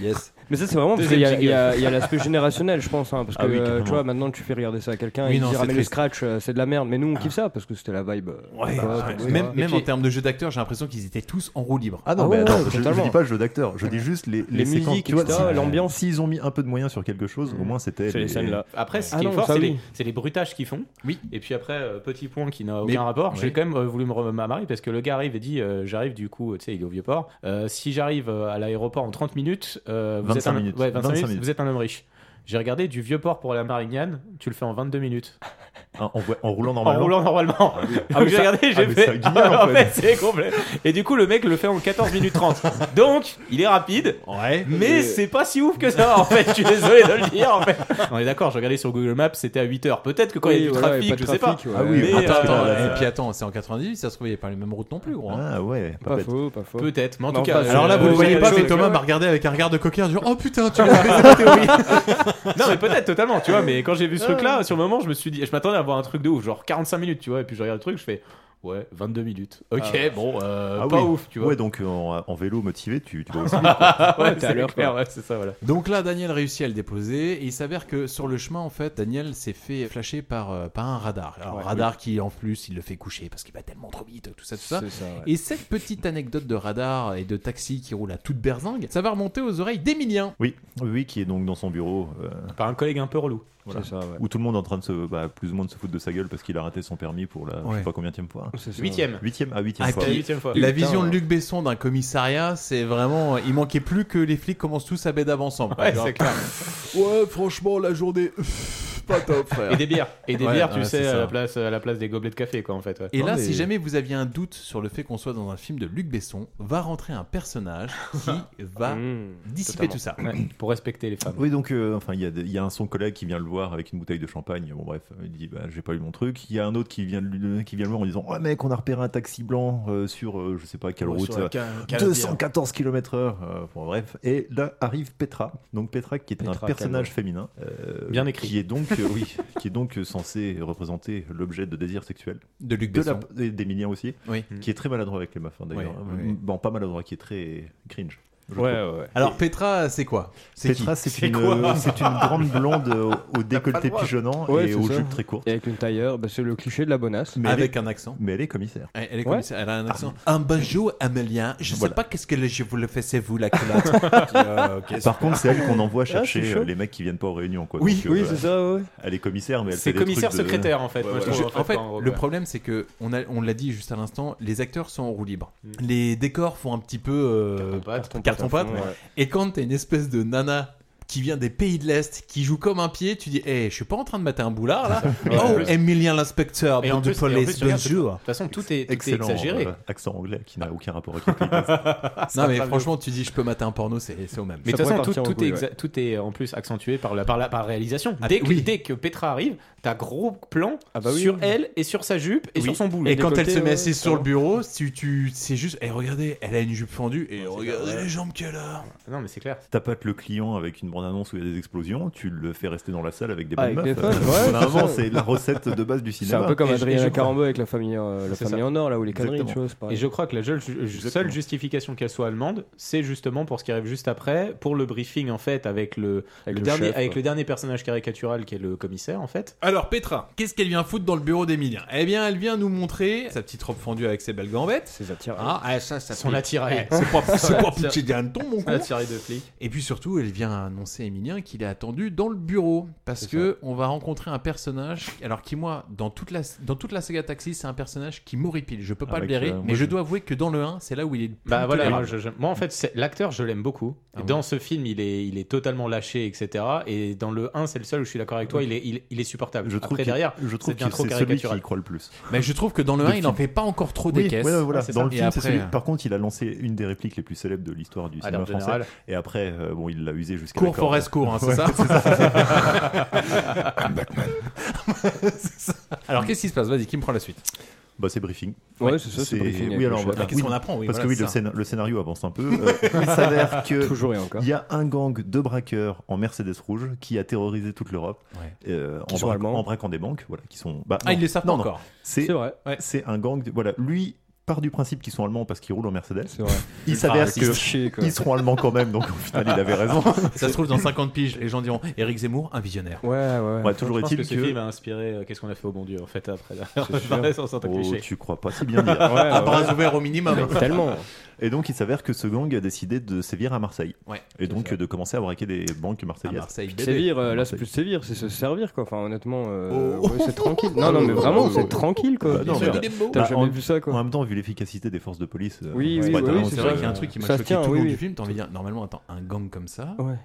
Yes.
Mais ça, c'est vraiment parce qu'il
Deuxième
y a, il y a-
jingle.
il y a l'aspect générationnel, je pense. hein, parce que,
Ah oui,
euh,
carrément.
tu vois, maintenant, tu fais regarder ça à quelqu'un
Oui,
et il
non,
dit
c'est
Ah, mais le
triste.
scratch, euh, c'est de la merde. Mais nous, on kiffe ça parce que c'était la vibe. euh,
Ouais,
pote,
ouais.
etc.
Même,
Et
même
puis-
en termes de jeu d'acteur, j'ai l'impression qu'ils étaient tous en roue libre.
Ah non,
Ah
mais
ouais,
attends,
ouais,
je, je
totalement.
dis pas le jeu d'acteur, je dis juste les, les,
Les
séquences.
musiques,
tu vois,
etc.,
si-
l'ambiance.
S'ils ont mis un peu de moyens sur quelque chose, au moins c'était.
C'est les scènes là.
Après, ce
Ah
qui
non,
est fort,
ça,
c'est
oui.
les, c'est les bruitages qu'ils font.
Oui.
Et puis après, euh, petit point qui n'a aucun
Mais-
rapport,
ouais.
j'ai quand même euh, voulu me remarier parce que le gars arrive et dit euh, J'arrive du coup, tu sais, il est au vieux port. si j'arrive euh, à l'aéroport en 30 minutes, euh, vous, êtes
25
un,
minutes.
ouais, 25
25
minutes,
minutes.
vous êtes un homme riche. J'ai regardé du vieux port pour la Marignane, tu le fais en 22 minutes.
En, en- en roulant
En
Oh, normalement.
roulant normalement.
Ah oui.
Donc j'ai regardé,
Ah,
j'ai
mais c'est un
fait.
guignol,
en fait, c'est complet. Et du coup, le mec le fait en 14 minutes 30. Donc, il est rapide. Mais
mais-
c'est pas si ouf que ça, en fait. Je suis désolé de le dire, en fait. On est d'accord, j'ai regardé sur Google Maps, c'était à 8 heures. Peut-être que quand il y a
Oui,
du
voilà,
trafic,
et pas de
je sais pas.
trafic, ouais.
Ah oui,
Mais,
attends,
euh,
attends,
euh,
et puis attends, c'est en 98, ça se trouve, il n'y a pas les mêmes routes non plus, gros. hein.
Ah ouais,
pas Pas bête. faux, pas faux.
Peut-être, mais en
Non,
tout cas.
pas-
Alors là,
euh,
vous ne voyez
j'ai
pas,
la
mais
chose-
Thomas m'a regardé avec un regard de coquin, genre Oh putain, tu l'as fait cette théorie
non mais peut-être totalement tu vois mais quand j'ai vu ce truc là sur le moment je me suis dit je m'attendais à voir un truc de ouf genre 45 minutes tu vois et puis je regarde le truc je fais ouais 22 minutes ok
Ah ouais.
bon euh,
Ah
pas
oui.
ouf tu vois
Ouais, donc en, en vélo motivé, tu, tu vas aussi.
Ouais, t'es à l'heure, quoi.
Donc là, Daniel réussit à le déposer et il s'avère que sur le chemin, en fait, Daniel s'est fait flasher par, euh, par un radar. Alors,
Ouais,
radar qui, en plus, il le fait coucher parce qu'il va tellement trop vite, tout ça, tout ça.
C'est ça, ouais.
Et cette petite anecdote de radar et de taxi qui roule à toute berzingue, ça va remonter aux oreilles d'Emilien.
Oui, oui, oui, qui est donc dans son bureau. euh,
par un collègue un peu relou
voilà.
C'est ça, ouais.
Où tout le monde est en train de se, bah, plus ou moins de se foutre de sa gueule parce qu'il a raté son permis pour la, je
Ouais.
sais pas combien fois.
C'est ça. Huitième.
Huitième, ah huitième
Ah,
fois.
puis, La vision de Luc Besson d'un commissariat, c'est vraiment. Il manquait plus que les flics commencent tous à bed ensemble.
Ouais, c'est clair.
ouais, franchement, la journée. Pas top, frère.
et des bières et des
Ouais,
bières tu
ouais,
sais
c'est
à
ça.
la place à la place des gobelets de café quoi en fait ouais.
Et là,
Non, mais-
si jamais vous aviez un doute sur le fait qu'on soit dans un film de Luc Besson, va rentrer un personnage qui va
Mm.
dissiper tout ça.
pour respecter les femmes
Oui, donc, euh, enfin, il y, a des- il y a un son collègue qui vient le voir avec une bouteille de champagne. Bon, bref, il dit, bah, j'ai pas eu mon truc. Il y a un autre qui vient, de lui- qui vient le voir en disant, ouais, mec, on a repéré un taxi blanc euh, sur, euh, je sais pas quelle
Ouais,
route,
sur la
euh,
ca- case
214 km/h. euh, bon, bref, et là arrive Petra. Donc Petra, qui est un
Petra
personnage
Calvo.
féminin, euh,
Bien écrit.
qui est donc, euh, oui, qui est donc euh, censé représenter l'objet de désir sexuel
De Luc
la-
Besson.
et d'Emilien aussi,
Oui.
Mm.
qui est très maladroit avec les meufs. hein, d'ailleurs.
Oui, oui.
Bon, pas maladroit, qui est très cringe. je
Ouais,
trouve.
ouais, ouais.
Alors, Petra, c'est quoi C'est
Petra,
qui
c'est une, c'est une grande blonde euh, au, au décolleté pigeonnant
Ouais,
et
c'est
aux
ça.
jupes très courtes.
Et avec une tailleur, bah, c'est le cliché de la bonasse.
Mais elle
Avec
est-
un accent.
Mais elle est commissaire.
Elle elle est
Ouais.
comme ça, elle a un accent.
Ah.
Un bonjour, Amélien. Je sais
Voilà.
pas qu'est-ce que le- je vous le fais, c'est vous la culotte. Ah, ok, super.
Par contre, c'est elle qu'on envoie chercher
Ah, c'est chaud.
euh, les mecs qui viennent pas aux réunions. Quoi.
Oui,
Donc, euh,
oui, c'est ça, ouais.
Elle est commissaire, mais elle
C'est
fait des trucs
commissaire
de-
secrétaire, en fait, moi, je
Je-
trouve.
en fait,
en gros,
le
ouais.
problème, c'est que on a- on l'a dit juste à l'instant, les acteurs sont en roue libre.
Mm.
Les décors font un petit peu euh,
Carton-pâte.
carton-pâte.
Carton-pâte, ouais.
Et quand t'as une espèce de nana qui vient des pays de l'Est, qui joue comme un pied, tu dis, hé, je suis pas en train de mater un boulard là.
Et en
oh,
plus-
Emilien l'inspecteur
et en
de
plus- et en plus,
police,
regarde,
bonjour.
De toute façon, tout est, tout est
Excellent
exagéré.
euh, accent anglais qui n'a aucun rapport avec le pays.
Non, mais franchement, tu dis, je peux mater un porno, c'est c'est au même.
Mais de
Ça
toute façon,
pourrait partir
tout,
en
tout est
couille,
exa-
ouais.
tout est en plus accentué par la, par la, par la réalisation.
Ah,
dès, que,
oui. Ah,
dès que Petra arrive, t'as gros plan
bah oui.
sur elle et sur sa jupe et
Oui.
sur son boulot.
Et quand elle se met assise sur le bureau, tu, tu, c'est juste, et regardez, elle a une jupe fendue, et regardez les jambes qu'elle a.
Non, mais c'est clair.
Tapates le client avec une bande-annonce où il y a des explosions, tu le fais rester dans la salle avec des
Ah,
bonnes meufs.
avec des folles, ouais,
Normalement,
c'est ça.
c'est la recette de base du
C'est
cinéma.
un peu comme
Et je- et je
Adrien
crois-
Carambeau avec la famille, euh, la
C'est ça.
famille en or, là où les conneries, tu
Exactement.
vois, c'est pareil.
Et je crois que la seule, ju- seule justification qu'elle soit allemande, c'est justement pour ce qui arrive juste après, pour le briefing en fait avec le, le
Avec le
dernier,
chef,
avec
ouais.
le dernier personnage caricatural qui est le commissaire en fait.
Alors Petra, qu'est-ce qu'elle vient foutre dans le bureau d'Emilien Eh bien, elle vient nous montrer sa petite robe fendue avec ses belles gambettes.
Ses attirails.
Ah, ah, ça, ça
Son
fait-
attirail.
Eh, c'est pas, c'est pas
Son
petit ganton, mon con.
Attirail de flic.
Et puis surtout, elle vient annoncer à Emilien qu'il est attendu dans le bureau parce que on va rencontrer un personnage. Alors qui moi, dans toute la dans toute la saga Taxi, c'est un personnage qui m'horripile. Je peux pas
Avec,
le blairer,
euh, moi,
mais je
je-
dois avouer Ah bah, que dans le 1, c'est là où il est. le plus
Bah voilà, moi,
tolérable.
je- je- moi, en fait, c'est- l'acteur, je l'aime beaucoup.
Ah
dans ce film, il est, il est totalement lâché, etc. Et dans le 1, c'est le seul où je suis d'accord avec toi, il est, il, il est supportable.
Je trouve
Après,
qu'il-
derrière,
je
c'est
trouve
bien
que
trop
c'est celui qui
caricatural.
y croit le plus.
Mais je trouve que dans le 1, il en
film.
fait pas encore trop des
Oui,
caisses.
ouais, ouais, voilà.
c'est
Dans
ça.
le
Et
film, c'est
après,
celui-
euh,
Par contre, il a lancé une des répliques les plus célèbres de l'histoire du
Ah,
cinéma
en
français.
général.
Et après, euh, bon, il l'a usé jusqu'à.
Cours,
la corde.
Forest, cours, hein, c'est
Ouais,
ça
I'm Batman.
C'est ça. Alors qu'est-ce qui se passe Vas-y, qui me prend la suite
Bah, c'est briefing.
Ouais, c'est ça, c'est briefing avec
Oui,
le
alors,
chef.
voilà.
Qu'est-ce
Oui,
qu'on apprend Oui,
Parce
voilà,
que oui, le,
c'est
scén- le scénario avance un peu. Euh, il s'avère que
Toujours et encore.
il y a un gang de braqueurs en Mercedes rouge qui a terrorisé toute l'Europe
Ouais.
euh, en,
sont
bra-
allemands.
en braquant des banques, voilà, qui sont. bah,
Ah,
non.
ils le savent pas
Non, non.
encore.
C'est
C'est vrai.
Ouais.
c'est un gang. de- voilà, lui part du principe qu'ils sont allemands parce qu'ils roulent en Mercedes.
C'est vrai.
Il
Ultra
s'avère
raciste.
que
Chier, quoi.
ils seront allemands quand même, donc au final, il avait raison.
Ça se trouve, dans 50 piges, les gens diront Eric Zemmour, un visionnaire.
Ouais, ouais.
Ouais,
Je
toujours
pense
est-il
que
que.
ce film a inspiré euh, Qu'est-ce qu'on a fait au bon Dieu en fait après là.
sûr.
Sans s'en
Oh,
cliché.
tu crois pas si bien hein. dire.
Ouais, ouais,
À
ouais.
bras ouverts au minimum. Ah,
Mais Tellement.
Et donc, il s'avère que ce gang a décidé de sévir à Marseille.
Ouais.
Et donc, euh, de commencer à braquer des banques
À
marseillaises.
Marseille, bébé.
Sévir, euh, là,
Marseille.
c'est plus sévir, c'est se servir, quoi. Enfin, honnêtement, euh,
Oh.
ouais, c'est tranquille. Non, non, mais vraiment, c'est tranquille, quoi.
Bah, non,
sûr.
mais-
Il est beau.
T'as
bah,
jamais
en-
vu ça, quoi.
En même temps, vu l'efficacité des forces de police. euh,
Oui,
c'est
oui,
pas
oui,
étonnant
oui,
que-
C'est vrai qu'il y a un truc qui m'a
Ça se
choqué
tient,
tout le
oui,
long du
oui.
film. T'as envie de dire, normalement, attends, un gang comme ça,
Ouais.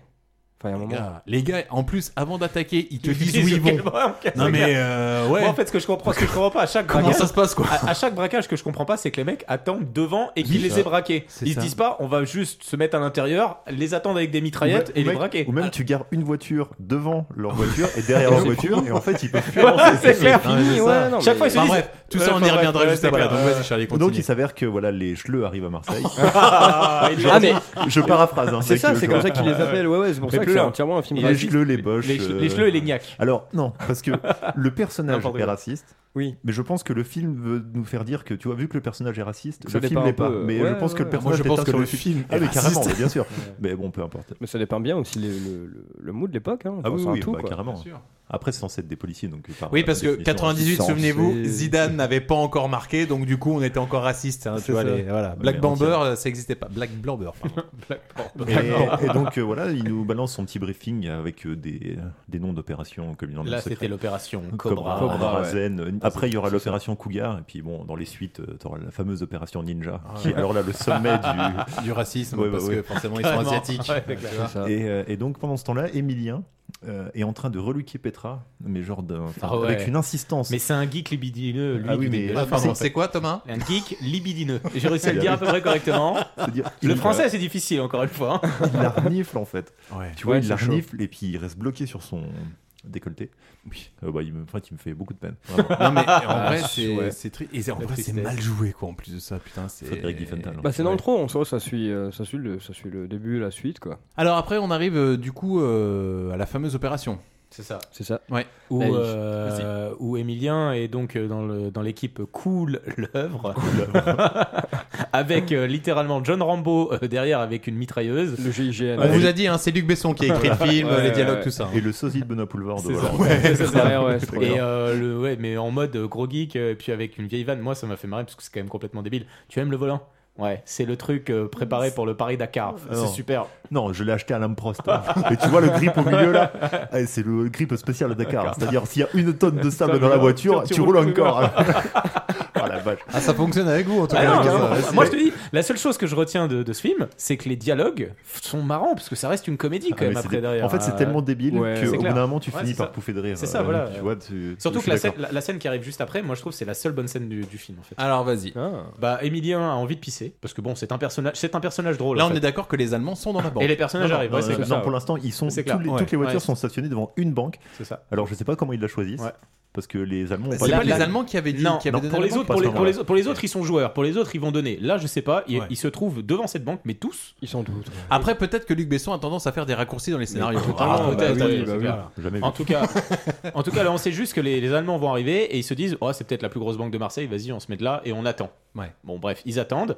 Enfin, il y a un
Les
moment.
gars, les gars, en plus, avant d'attaquer, ils te
Ils
disent
disent
oui, ils
auquel
vont.
bras on casse
Non,
les
mais
gars.
euh, ouais.
Moi, en fait, ce que je comprends, ce que je comprends pas à chaque
Comment
braquage.
ça se passe, quoi
à, à chaque braquage, ce que je comprends pas, c'est que les mecs attendent devant
Oui,
et qu'ils les
ça.
aient braqués.
C'est
Ils
ça.
se disent pas, on va juste se mettre à l'intérieur, les attendre avec des mitraillettes et
Ou même-
les braquer.
Ou même tu gares une voiture devant leur voiture et derrière
Ah,
leur voiture, et en fait ils peuvent plus
Voilà,
avancer.
c'est clair.
Non, mais c'est
Fini,
ça.
ouais, non, Chaque mais- fois, ils se
Enfin,
disent- Ouais, enfin, bref, ouais, c'est clair.
Donc il s'avère que voilà, les Schleux arrivent à Marseille.
Ah, il est
Je-
gentil.
Je paraphrase. hein,
C'est ça,
que
c'est
je-
comme ça qu'ils les appellent, ouais, ouais, c'est pour
Mais
ça que
plus
c'est
là.
entièrement un film
Les
raciste.
Schleux, les Boches.
Les Schleux-
euh,
les Schleux et les Gnacs.
Alors non, parce que le personnage
N'importe
est
quoi.
raciste.
Oui.
Mais je pense que le film veut nous faire dire que, tu vois, vu que le personnage est raciste,
Ça
le film
dépend
l'est
un
pas.
peu,
Mais
ouais,
je pense que
ouais.
le
Moi,
personnage
je
est
pense
un
que
sur
le
le film.
film
Ah,
est
mais carrément,
raciste.
bien sûr.
Ouais.
Mais bon, peu importe.
Mais ça dépend bien aussi le, le, le- le mood de l'époque. Hein.
Ah
Enfin,
oui,
c'est un
oui,
tout,
bah,
quoi.
carrément. Après, c'est censé être des policiers, donc. par-
Oui, parce que
définition,
98,
censé-
souvenez-vous, Zidane n'avait pas encore marqué, donc du coup, on était encore raciste. hein, tu
C'est
vois,
ça.
les- voilà.
Ouais,
Black
mais
Bamber,
entière.
euh, ça n'existait pas. Black Blamber, pardon.
hein. Et, et donc euh, voilà, il nous balance son petit briefing avec euh, des, des noms d'opérations comme il en a
Là,
secret.
c'était l'opération
Cobra,
Cobra.
Cobra,
Ouais.
Zen. Euh, Après, il y aura l'opération Cougar, et puis bon, dans les suites, euh, t'auras la fameuse opération Ninja,
Ah
qui
ouais.
est alors là le sommet du,
Du racisme,
Ouais,
parce
ouais, ouais.
que forcément, ils sont
Carrément.
asiatiques.
Ouais,
Ouais,
clair.
tu vois.
Ah.
C'est ça.
et, euh, et donc pendant ce temps-là, Emilien euh, est en train de reluquer Petra, mais genre d'un- enfin,
Ah ouais.
avec une insistance.
Mais c'est un geek libidineux, lui.
Ah oui,
du
mais-
début.
Ah, pardon, c'est
quoi, Thomas
Un geek libidineux. J'ai réussi à le dire à peu près correctement.
C'est-à-dire,
Le
il-
français, c'est difficile, encore une fois. hein.
il la renifle en fait.
Ouais.
Tu vois,
Ouais,
il la
c'est chaud.
renifle et puis il reste bloqué sur son décolleté. Euh, bah, il me, en fait, il me fait beaucoup de peine.
Non, mais en
Ah,
vrai, c'est
ouais.
c'est triste. Et c'est- en
La
vrai, c'est
tristesse.
mal joué, quoi, en plus de ça. Putain, c'est.
Frédéric Diffenthal.
Bah, c'est dans le trop, en soi, ça suit, euh, ça, suit le, ça suit le début, la suite, quoi.
Alors après, on arrive euh, du coup euh, à la fameuse opération.
C'est ça. Bah,
C'est ça.
Ouais.
Où,
Là, il-
euh, où Emilien est donc euh, dans le- dans l'équipe Cool l'œuvre, avec euh, littéralement John Rambo euh, derrière avec une mitrailleuse.
Le GIGN.
On vous a dit, hein, c'est Luc Besson qui a écrit le film, les dialogues, tout ça. hein.
Et le sosie de Benoît Poulevard
C'est
de
ça.
Hollande.
Ouais, c'est ça.
ouais, c'est trop
Et
bien.
euh, le, ouais, mais en mode euh, gros geek, euh, et puis avec une vieille vanne, moi ça m'a fait marrer parce que c'est quand même complètement débile. Tu aimes le volant Ouais, c'est le truc euh, préparé pour le Paris-Dakar.
Ah non.
C'est super.
Non, je l'ai acheté à l'Amprost. Et tu vois le grip au milieu là Eh, C'est le grip spécial à Dakar. C'est-à-dire, s'il y a une tonne de sable dans la voiture, tu roules encore. oh la vache.
Ah, ça fonctionne avec vous, en tout
Ah
cas.
non,
les gars.
non,
Ouais, c'est-
moi je te dis, la seule chose que je retiens de, de ce film, c'est que les dialogues sont marrants parce que ça reste une comédie quand
Ah,
même
mais c'est
après
dé-
derrière.
En fait, c'est
Ah,
tellement débile
ouais.
qu'au
C'est
bout
clair.
d'un moment, tu
Ouais,
finis
c'est
par
ça.
pouffer de rire.
C'est ça,
Euh,
voilà.
Tu vois, tu-
Surtout que
je suis
la scène,
d'accord. Ah.
la, la scène qui arrive juste après, moi je trouve que c'est la seule bonne scène du, du film en fait.
Alors vas-y.
Ah.
Bah, Emilien a envie de pisser parce que bon, c'est un personnage, c'est un personnage drôle.
Là,
en
on
fait.
est d'accord que les Allemands sont dans la banque.
Et les personnages
Non,
arrivent.
non,
ouais,
non,
c'est
Euh,
ça,
non, pour
ouais.
l'instant, ils sont
C'est
tous
clair.
les-
Ouais.
toutes les voitures
Ouais.
sont stationnées devant une banque.
C'est ça.
Alors, je sais pas comment ils la choisissent. Parce que les Allemands. ont
C'est
pas
pas
les-
les Allemands qui avaient dit.
Non,
qui avaient
non,
donné
pour,
la
les
banque
autres, pour,
à ce
les, pour, les,
moment-là.
pour les autres, ils sont joueurs. Pour les autres, ils vont donner. Là, je sais pas, ils,
Ouais.
ils se trouvent devant cette banque, mais tous.
Ils sont tous.
Après, peut-être que Luc Besson a tendance à faire des raccourcis dans les scénarios.
Ah, peut-être,
oui,
oui,
bah
c'est
oui.
clair.
Jamais vu.
En tout cas, en tout cas, là, on sait juste que les, les Allemands vont arriver et ils se disent, oh, c'est peut-être la plus grosse banque de Marseille. Vas-y, on se met de là et on attend.
Ouais.
Bon, bref, ils attendent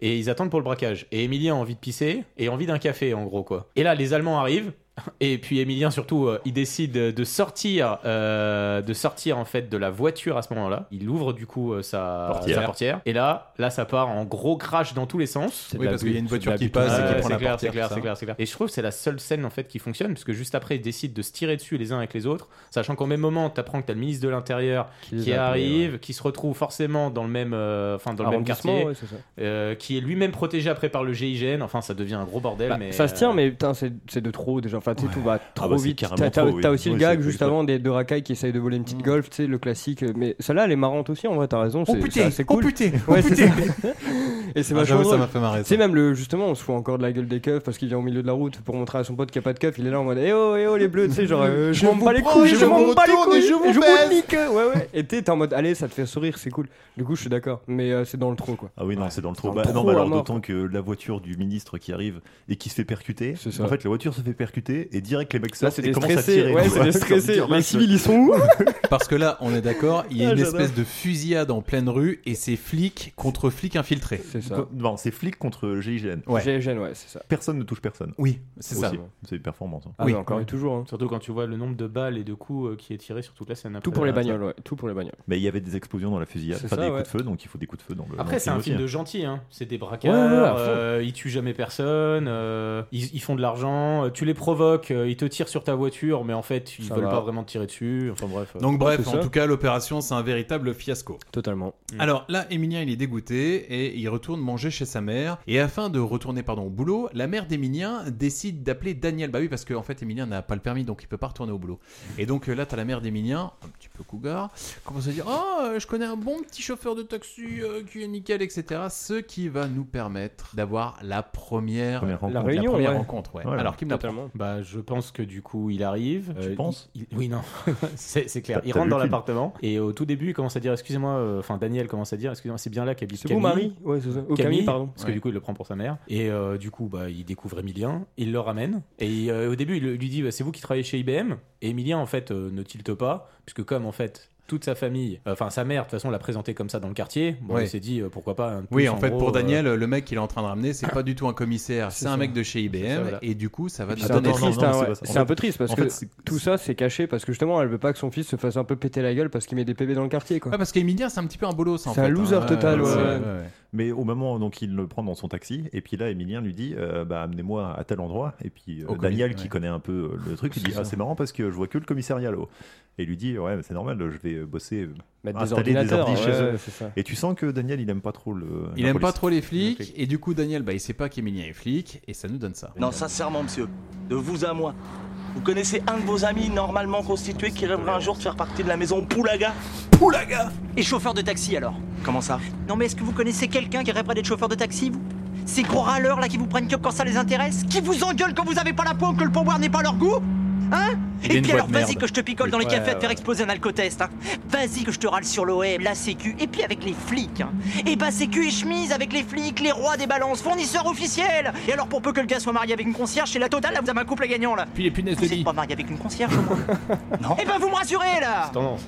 et ils attendent pour le braquage. Et Emilien a envie de pisser et envie d'un café, en gros quoi. Et là, les Allemands arrivent. Et puis Emilien surtout, euh, il décide de sortir, euh, de sortir en fait de la voiture à ce moment-là. Il ouvre du coup euh, sa
Portière.
sa portière. Et là, là ça part en gros crash dans tous les sens.
Oui, parce qu'il y a une voiture qui passe et qui
Ouais,
prend
c'est
la
clair,
portière.
c'est clair,
tout ça.
c'est clair, c'est clair. Et je trouve que c'est la seule scène en fait qui fonctionne parce que juste après ils décident de se tirer dessus les uns avec les autres, sachant qu'au même moment t'apprends que t'as le ministre de l'Intérieur
les
qui,
a appelés,
arrive, qui se retrouve forcément dans le même, euh, enfin dans le même
Arrondissement,
quartier,
ouais, c'est ça.
euh, qui est lui-même protégé après par le GIGN. Enfin ça devient un gros bordel.
Bah,
mais,
ça se tient,
euh,
mais putain, c'est c'est de trop déjà. Enfin, tu sais, tout va trop
bah, c'est
vite.
carrément
T'as- T'as
trop, oui.
t'as aussi
Oui,
le
c'est
gag
plus
juste
ça.
avant des deux racailles qui essayent de voler une petite golf, tu sais, le classique. Mais celle-là, elle est marrante aussi, en vrai, t'as raison.
Oh
c'est-
putain,
c'est assez
oh
cool.
putain, oh
Ouais, c'est
putain.
ça. Et c'est
Ah,
vachement.
j'avoue, ça
drôle.
m'a fait marrer,
Tu sais, même le, justement, on se fout encore de la gueule des keufs parce qu'il vient au milieu de la route pour montrer à son pote qu'il n'y a pas de keuf. Il est là en mode, eh oh, eh oh, les bleus, tu sais, genre, euh, je
Je
m'en
vous
bats les
prends
couilles,
et
je
je
m'en
vous
bats les
retourne et
couilles,
je vous baise.
nique. Ouais, ouais. Et tu sais, t'es en mode, allez, ça te fait sourire, c'est cool. Du coup, je suis d'accord, mais euh, c'est dans le trop, quoi.
Ah oui, non, c'est dans le trop.
Dans
Bah,
le
non,
trop
bah
à
alors
mort.
d'autant que la voiture du ministre qui arrive et qui se fait percuter.
ça.
En fait, la voiture se fait percuter et direct les mecs
Là,
sortent
c'est
et
des
commencent à
stressés.
tirer.
Ouais,
tu
c'est
vois.
des
Comme
stressés.
dire,
Les
mec,
civils, ils sont où
Parce que là, on est d'accord, il y a
Ah,
une
j'adore.
espèce de fusillade en pleine rue et c'est flics contre flics infiltrés.
C'est
co- Non, c'est flics contre GIGN.
Ouais.
GIGN, ouais, c'est ça.
Personne ne touche personne.
Oui, c'est ça.
Aussi. C'est une performance. hein.
Ah,
Oui.
mais encore et toujours. hein.
Surtout quand tu vois le nombre de balles et de coups euh, qui est tiré sur toute la scène. après.
Tout pour les
Euh,
bagnoles, ouais. Tout pour les bagnoles.
Mais il y avait des explosions dans la fusillade,
C'est
pas
ça,
des
ouais.
coups de feu, donc il faut des coups de feu dans le. dans
Après,
le
c'est un film
aussi,
de
hein.
gentil, hein. c'est des braqueurs,
Ouais, ouais, ouais, à fond.
euh, ils tuent jamais personne, euh, ils, ils font de l'argent, euh, tu les provoques, euh, ils te tirent sur ta voiture, mais en fait, ils
Ça
veulent
va.
pas vraiment te tirer dessus, enfin bref. euh.
Donc Donc bref,
C'est
en
ça.
tout cas, l'opération, c'est un véritable fiasco.
Totalement.
Alors là, Emilien, il est dégoûté et il retourne manger chez sa mère. Et afin de retourner pardon, au boulot, la mère d'Emilien décide d'appeler Daniel. Bah oui, parce qu'en fait, Emilien n'a pas le permis, donc il peut pas retourner au boulot. Et donc euh, là, t'as la mère d'Emilien, un petit peu cougar, commence à dire Oh, euh, je connais un bon petit chauffeur de taxi euh, qui est nickel, etc. Ce qui va nous permettre d'avoir la première,
Première rencontre.
la hein,
réunion,
première
ouais.
rencontre, ouais.
Voilà.
Alors, qui me l'apprend
Bah, je pense que du coup, il arrive. Euh,
Tu penses
il- il- Oui, non. c'est c'est clair.
T'as-
Il
t'as
rentre
vu
dans
le film
l'appartement et au tout début, il commence à dire Excusez-moi, euh, enfin, Daniel commence à dire Excusez-moi, c'est bien là qu'habite
C'est vous,
Camille.
Marie Ouais, c'est ça. Oh, Camille, pardon.
Parce que
Ouais.
du coup, il le prend pour sa mère. Et euh, du coup, bah, il découvre Emilien, il le ramène. Et euh, au début, il lui dit bah, C'est vous qui travaillez chez IBM. Et Emilien, en fait, euh, ne tilte pas, puisque comme en fait. Toute sa famille, euh, enfin sa mère, de toute façon, l'a présenté comme ça dans le quartier. Bon,
Ouais.
il s'est dit euh, pourquoi pas. un de
Oui,
plus,
en fait,
gros,
pour
euh,
Daniel, le mec qu'il est en train de ramener, c'est pas du tout un commissaire, c'est
C'est
un
ça.
mec de chez IBM,
C'est ça, voilà.
et du coup, ça va
Puis
te
C'est un peu
donner-
triste, hein, ouais. C'est un peu triste parce que tout ça c'est caché parce que justement elle veut pas que son fils se fasse un peu péter la gueule parce qu'il met des PB dans le quartier quoi.
Ouais, parce qu'Emilia, c'est un petit peu un bolos. en
C'est un
fait,
loser
hein.
total, ouais.
Mais au moment donc il le prend dans son taxi et puis là Emilien lui dit euh, bah amenez-moi à tel endroit et puis euh,
Au
Daniel
commis-
qui
ouais.
connaît un peu euh, le truc il
C'est
dit
ça.
ah c'est marrant parce que je vois que le commissariat là-haut et il lui dit ouais mais c'est normal je vais bosser euh,
Mettre des
installer des
ordinateurs,
ordi chez
ouais,
eux.
ouais, c'est ça.
et tu sens que Daniel il aime pas trop le
Il
la
aime pas
police.
trop les flics, et du coup, Daniel, bah, il sait pas qu'Emilia est flic, et ça nous donne ça.
Non, sincèrement, monsieur, de vous à moi. Vous connaissez un de vos amis normalement constitués qui rêverait un jour de faire partie de la maison Poulaga Poulaga
Et chauffeur de taxi alors
Comment ça
Non mais est-ce que vous connaissez quelqu'un qui rêverait d'être chauffeur de taxi vous Ces gros râleurs là qui vous prennent que quand ça les intéresse Qui vous engueulent quand vous avez pas la peau que le pourboire n'est pas à leur goût Hein
Il est
Et
une
puis
voix
alors
de
vas-y
merde.
que je te picole dans les
Ouais,
cafés à te
ouais.
faire exploser un alcotest hein. Vas-y que je te râle sur l'OM, la sécu et puis avec les flics hein. Et bah sécu et chemise avec les flics, les rois des balances, fournisseurs officiels Et alors pour peu que le gars soit marié avec une concierge, chez la totale là vous avez un couple à gagnant là
Puis les punaises
Vous êtes pas marié avec une concierge au moins Non Et ben vous me rassurez là
Tendance.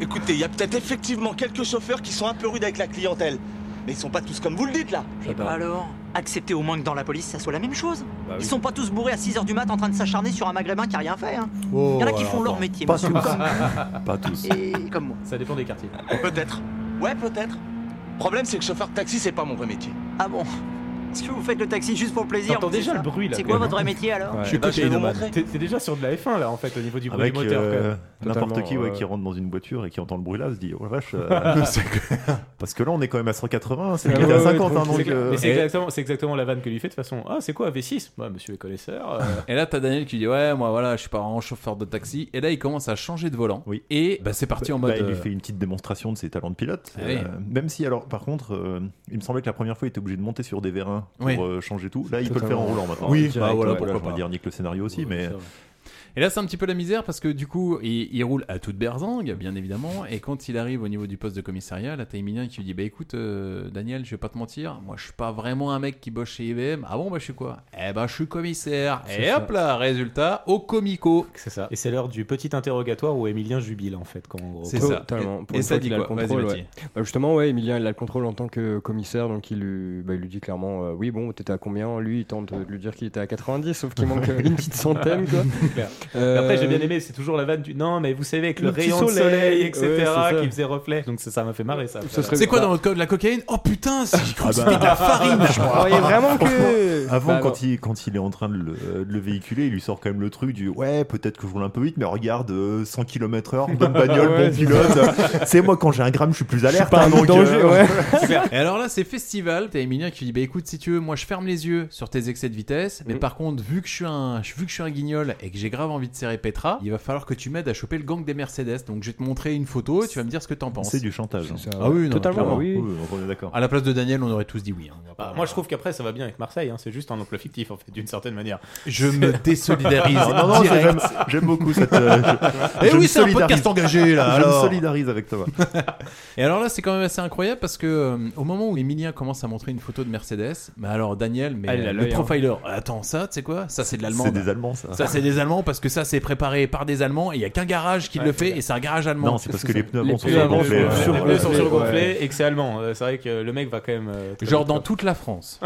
Écoutez, il y a peut-être effectivement quelques chauffeurs qui sont un peu rudes avec la clientèle. Mais ils sont pas tous comme vous le dites là.
Et bah alors Acceptez au moins que dans la police ça soit la même chose.
Bah oui.
Ils sont pas tous bourrés à 6h du mat en train de s'acharner sur un maghrébin qui a rien fait. Hein.
Oh,
Il y en a qui
alors,
font leur
attends.
métier,
Pas
monsieur,
tous.
comme-
Pas tous.
Et comme moi.
Ça dépend des quartiers.
Peut-être. Ouais, peut-être. Problème, c'est que chauffeur de taxi, c'est pas mon vrai métier.
Ah bon Est-ce que vous faites le taxi juste pour le plaisir
T'entends
c'est
déjà
ça
le bruit là. hein.
C'est quoi votre vrai métier alors
Je suis
Bah, je vais vous montrer.
T'es t'es déjà sur de la F1 là en fait au niveau du bruit
avec
du moteur.
euh,
quand même.
n'importe
Totalement,
qui ouais,
euh,
qui rentre dans une voiture et qui entend le bruit là se dit oh la vache euh, c'est clair. parce que là on est quand même à 180 c'est
Ouais,
qu'il était à
ouais,
50 hein,
c'est
donc
clair.
euh,
Mais c'est exactement, c'est exactement la vanne que lui fait de toute façon. Ah, c'est quoi V6 Bah, monsieur le connaisseur. euh,
Et là, t'as Daniel qui dit Ouais, moi voilà, je suis pas un chauffeur de taxi. Et là, il commence à changer de volant. Et bah, c'est parti en
Bah,
mode.
il lui
euh,
fait une petite démonstration de ses talents de pilote.
Ah oui.
Euh, même si, alors, par contre, euh, il me semblait que la première fois, il était obligé de monter sur des vérins pour
Oui.
euh, changer tout. Là, il peut le faire
Totalement.
en roulant maintenant.
Oui,
Direct,
bah voilà,
ouais,
pourquoi
je vais
pas.
dire nique le scénario aussi, mais.
Et là, c'est un petit peu la misère parce que du coup, il, il roule à toute berzingue, bien évidemment. Et quand il arrive au niveau du poste de commissariat, là, t'as Emilien qui lui dit Bah écoute, euh, Daniel, je vais pas te mentir, moi je suis pas vraiment un mec qui bosse chez IBM. Ah bon, bah je suis quoi Eh ben, je suis commissaire.
C'est
Et
ça.
hop là, résultat, au comico.
C'est ça. Et c'est l'heure du petit interrogatoire où Emilien jubile en fait. Quand, en gros.
C'est
quand-
ça.
Totalement. Pour
Et
une
ça
fois
dit
qu'il a le
quoi Vas-y,
contrôle,
Mathieu.
ouais. Bah, Justement, ouais, Emilien, il a le contrôle en tant que euh, commissaire, donc il lui, bah, il lui dit clairement euh, Oui, bon, t'étais à combien Lui, il tente de lui dire qu'il était à 90, sauf qu'il manque euh, une petite centaine. Quoi.
Clair.
Euh,
Après, j'ai bien aimé, c'est toujours la vanne du non, mais vous savez, avec le,
le petit
rayon de soleil,
soleil,
etc.,
ouais, c'est ça.
qui faisait reflet. Donc, ça ça m'a fait marrer ça.
Ce serait-
C'est quoi dans le code la cocaïne Oh putain, c'est j'ai cru que
Bah. Ah bah.
c'était de la farine.
Franchement,
que-
Avant,
Bah,
quand, il, quand il est en train de le, euh, de le véhiculer, il lui sort quand même le truc du Ouais, peut-être que je roule un peu vite, mais regarde, euh, 100 km/h, bonne bagnole,
Ouais,
bon
c'est
pilote.
ça.
C'est moi, quand j'ai un gramme, je suis plus alerte.
pas
hein,
un
donc,
danger,
euh,
ouais. Et alors là, c'est festival. T'as Emilien qui dit Bah écoute, si tu veux, moi je ferme les yeux sur tes excès de vitesse.
Mm.
Mais par contre, vu que je suis un, vu que je suis un guignol et que j'ai grave envie de serrer Petra, il va falloir que tu m'aides à choper le gang des Mercedes. Donc je vais te montrer une photo et tu vas me dire ce que t'en penses.
C'est du chantage. hein.
Ah oui, Ah, non, clairement.
on est d'accord.
À la place de Daniel, on aurait tous dit oui. hein.
Bah, moi, je trouve qu'après, ça va bien avec Marseille. hein. C'est juste un oncle fictif en fait, d'une certaine manière.
Je me désolidarise.
Ah, Non, non, non,
direct.
j'aime- j'aime beaucoup cette, euh, je-
Eh
je me
oui, c'est un
solidarise.
podcast engagé là.
Je me
alors.
solidarise avec Thomas.
Et alors là, c'est quand même assez incroyable parce que euh, au moment où Emilien commence à montrer une photo de Mercedes, mais alors Daniel, mais
Ah, il a
le
l'œil, hein.
profiler, attends ça, tu sais quoi Ça c'est de l'allemand.
C'est des Allemands, ça.
Ça c'est des Allemands parce que ça c'est préparé par des Allemands et il y a qu'un garage qui
Ouais,
le
c'est
fait
vrai.
et c'est un garage allemand.
Non, c'est parce que les pneus
avant
avant sont surgonflés, ouais.
Les pneus sont
Ouais.
surgonflés et que c'est allemand. Euh, C'est vrai que le mec va quand même. euh, très
Genre
vite,
dans
quoi.
toute la France.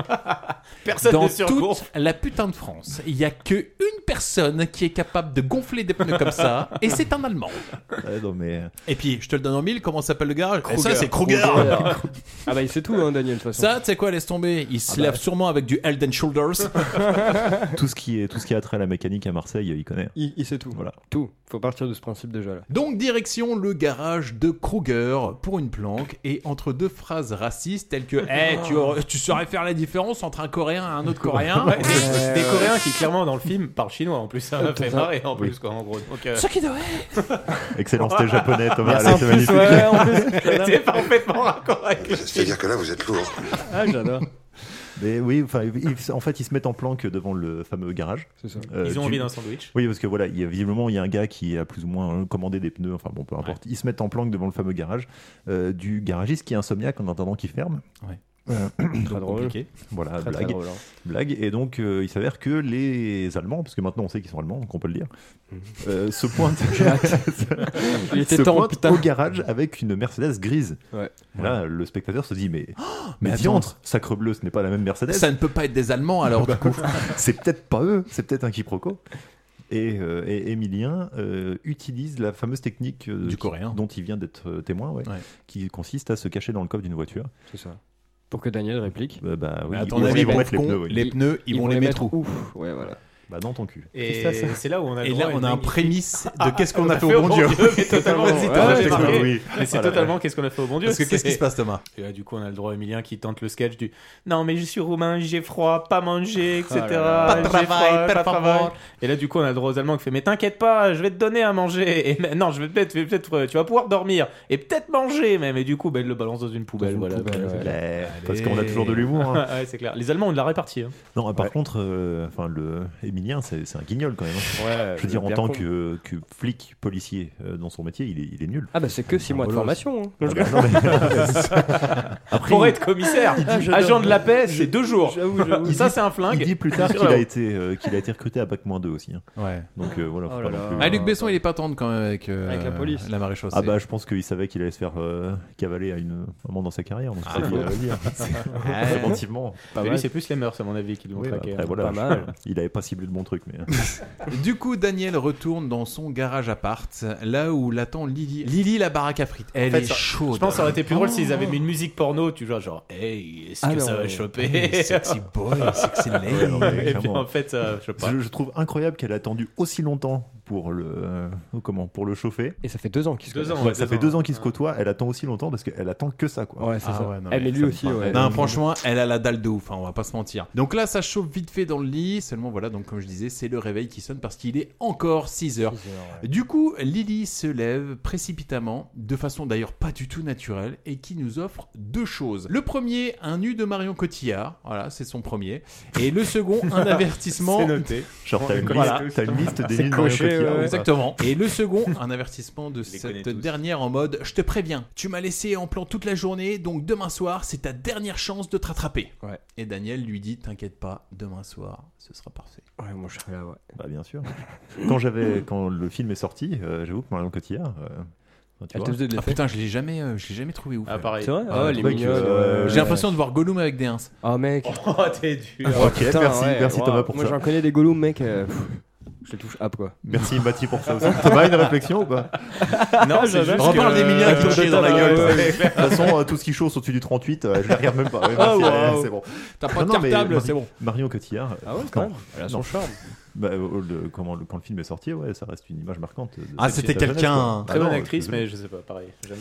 Personne
dans
ne surgonfle.
toute la putain de France, il y a que une personne qui est capable de gonfler des pneus comme ça et c'est un Allemand.
Ouais, non, mais. euh,
Et puis je te le donne en mille, comment s'appelle le garage Et ça
Kruger.
c'est Kruger.
ah bah, il sait tout, hein, Daniel, de toute façon.
Ça, tu sais quoi, laisse tomber. Il se lave sûrement avec du Elden Shoulders.
tout ce qui est tout ce qui a trait à la mécanique à Marseille, euh, il connaît. jamais.
Il, il sait tout. Voilà. Tout. Faut partir de ce principe déjà là.
Donc direction le garage de Kruger pour une planque et entre deux phrases racistes telles que Eh, tu, aurais- tu saurais faire la différence entre un Coréen et un autre Coréen
Ouais, c'est des Coréens qui, clairement, dans le film, parlent chinois en plus. Ça m'a fait
Euh, ça.
marrer en
Oui.
plus, quoi, en gros. Donc, euh,
Excellent, c'était japonais, Thomas.
Merci
Ah, là,
en
C'est
plus,
magnifique.
ouais, en plus.
C'était
parfaitement raccord avec le
C'est-à-dire que là, vous êtes lourd.
Ah, j'adore.
Mais oui, enfin, ils- en fait, ils se mettent en planque devant le fameux garage. Euh,
ça.
Ils ont envie d'un sandwich.
Oui, parce que voilà, il y a, visiblement, il y a un gars qui a plus ou moins euh, commandé des pneus, enfin bon, peu importe. Ils se mettent en planque devant le fameux garage euh, du garagiste qui est insomniaque en attendant qu'il ferme.
Ouais.
Euh,
Très drôle. compliqué.
Voilà,
Très, très
blague.
drôle, hein.
blague. Et donc, euh, il s'avère que les Allemands, parce que maintenant on sait qu'ils sont Allemands, donc on peut le dire, euh, se pointent,
Il était
se
temps,
pointent
putain.
au garage avec une Mercedes grise.
Ouais.
Là, le spectateur se dit, mais,
mais
mais
attends.
diantre, sacre bleu, ce n'est pas la même Mercedes.
Ça ne peut pas être des Allemands alors du coup.
c'est peut-être pas eux, c'est peut-être un quiproquo. Et, euh, et Emilien euh, utilise la fameuse technique euh,
Du
qui-
coréen.
dont il vient d'être euh, témoin, ouais,
Ouais.
qui consiste à se cacher dans le coffre d'une voiture.
C'est ça. Pour que Daniel réplique.
Bah, bah oui,
Mais à
ils-
ton
ils
avis,
vont
pauvre
mettre les
con,
pneus, oui.
les pneus, ils, vont, les mettre où
Ouais, voilà.
Bah, dans ton cul.
Et
Qu'est-ce que ça, ça
c'est là où on a
Et
le droit
là,
à
on
une
a un
magnifique-
prémisse de
Ah,
qu'est-ce qu'on
on
a fait au bon Dieu.
mais totalement, vas-y,
Ouais,
t'as
ouais,
fait
ouais,
marquer.
oui.
Mais c'est
Oh là là.
totalement qu'est-ce qu'on a fait au bon Dieu.
Parce que qu'est-ce qui
c'est-
se passe, Thomas
Et là, du coup, on a le droit à Emilien qui tente le sketch du Non, mais je suis roumain, j'ai froid, pas manger, etc.
Ah là là.
J'ai
Pas de travail,
froid,
per
pas de
favor.
travail. Et là, du coup, on a le droit aux Allemands qui fait Mais t'inquiète pas, je vais te donner à manger. Et mais- non, je vais peut-être, je vais peut-être, euh, tu vas pouvoir dormir et peut-être manger même. Et du coup, ben, il le balance dans une poubelle. voilà.
ouais.
Allez.
Parce qu'on a toujours de l'humour, hein.
ouais, c'est clair. Les Allemands, on l'a réparti. hein.
Non, par contre, euh, enfin le Emilien, c'est c'est un guignol quand même. hein.
Euh,
Ouais,
Je veux dire, en
bien
tant
con.
que, que flic policier euh, dans son métier, il est, il est nul.
Ah bah c'est que 6
Un
mois de
bolos.
formation. hein.
Ah bah, non, mais- Après,
Pour
il-
être commissaire,
il dit-
agent de la paix, c'est deux jours. Ça, c'est un flingue.
Il dit plus tard
Sur
qu'il
la-
a été euh, qu'il a été recruté à bac 2 aussi. hein.
Ouais.
Donc euh, voilà. faut
Oh
pas
là
non
là.
plus-
Ah, Luc Besson, il est pas tendre quand même avec, euh,
Avec la police.
la maréchaussée.
Ah bah je pense qu'il savait qu'il allait se faire euh, cavaler à une un moment dans sa carrière. Donc
Ah,
il s'est dit,
bon.
euh, vas-y, hein.
C'est-
Préventivement.
Mais lui, c'est plus les mœurs, à mon avis, qui l'ont
Oui, bah,
traqué. hein.
après, voilà,
Pas
je-
mal.
Il avait pas ciblé le bon truc, mais. hein.
Du coup, Daniel retourne dans son garage appart, là où l'attend Lily. Lily, la baraque à frites. Elle
En fait,
est
ça-
chaude.
Je pense que ça aurait été plus drôle
Oh.
s'ils avaient mis une musique porno, tu vois, genre, hey, est-ce
Ah
que ça
non,
va
ouais.
choper
Hey, sexy boy, sexy lady.
Ouais, non, mais
Et puis
clairement.
en fait, ça, je sais pas.
Je, je trouve incroyable qu'elle a attendu aussi longtemps pour le euh, comment pour le chauffer.
Et ça fait deux ans qu'ils se
Deux
Ouais,
ans, ouais,
ça
deux
fait
ans.
deux ans qu'ils se côtoient. Elle attend aussi longtemps parce qu'elle attend que ça quoi.
Ouais, c'est
Ah
ça.
ouais, non,
Eh,
mais
mais lui
ça
aussi,
me
ouais.
Non, franchement, elle a la dalle de ouf, hein, on va pas se mentir. Donc là, ça chauffe vite fait dans le lit. Seulement, voilà, donc comme je disais, c'est le réveil qui sonne parce qu'il est encore 6 heures. Du coup, Lily se lève précipitamment, de façon d'ailleurs pas du tout naturelle, et qui nous offre deux choses. Le premier, un nu de Marion Cotillard. Voilà, c'est son premier. Et le second, un avertissement.
C'est noté.
Genre t'as une,
Voilà.
liste- t'as une liste des
C'est
lignes de Mario
coché,
Cotillard,
ouais,
ou pas
Exactement. Et le second, un avertissement de
connais
cette
tous.
dernière en mode Je te préviens, tu m'as laissé en plan toute la journée, donc demain soir, c'est ta dernière chance de te rattraper.
Ouais.
Et Daniel lui dit T'inquiète pas, demain soir, ce sera parfait.
Ouais, moi je serais là, ouais.
Bah bien sûr. quand j'avais quand le film est sorti, euh, j'avoue que Marion Cotillard. euh, tu
Elle
vois,
te faisait de
Ah
l'effet.
putain, je l'ai jamais, euh, je l'ai jamais trouvé ouf.
Ah, pareil.
C'est vrai
Ah,
Oh,
le
les
mec,
mignonnes.
euh,
ouais.
J'ai l'impression de voir Gollum avec des ins.
Ah, mec.
Oh, t'es dur.
Ok,
Putain,
merci,
ouais,
merci
waouh.
Thomas pour
Moi
ça.
j'en connais des Gollum, mec. euh, pff, je les touche up, quoi.
Merci Mathieu pour ça aussi. Thomas, une réflexion ou pas
Non, c'est juste.
On parle
que-
d'Emilia qui
Euh,
chie dans la
ouais,
gueule.
ouais.
De toute façon, euh, tout ce qui chauffe au-dessus du 38, euh, je les regarde même pas. Ouais,
Ah,
merci,
waouh.
ouais, c'est bon.
T'as pas de
Non, non, mais
cartable,
Mari-
c'est bon.
Marion Cotillard.
Ah ouais,
non,
quand même. Elle a son
non.
charme.
Bah, euh, le- comment, le- quand le film est sorti, ouais, ça reste une image marquante. de-
Ah,
de-
c'était
de la jeunesse,
quelqu'un.
quoi.
Très
Bah
bonne
non,
actrice,
je-
mais Ah je sais pas, pareil. Jamais.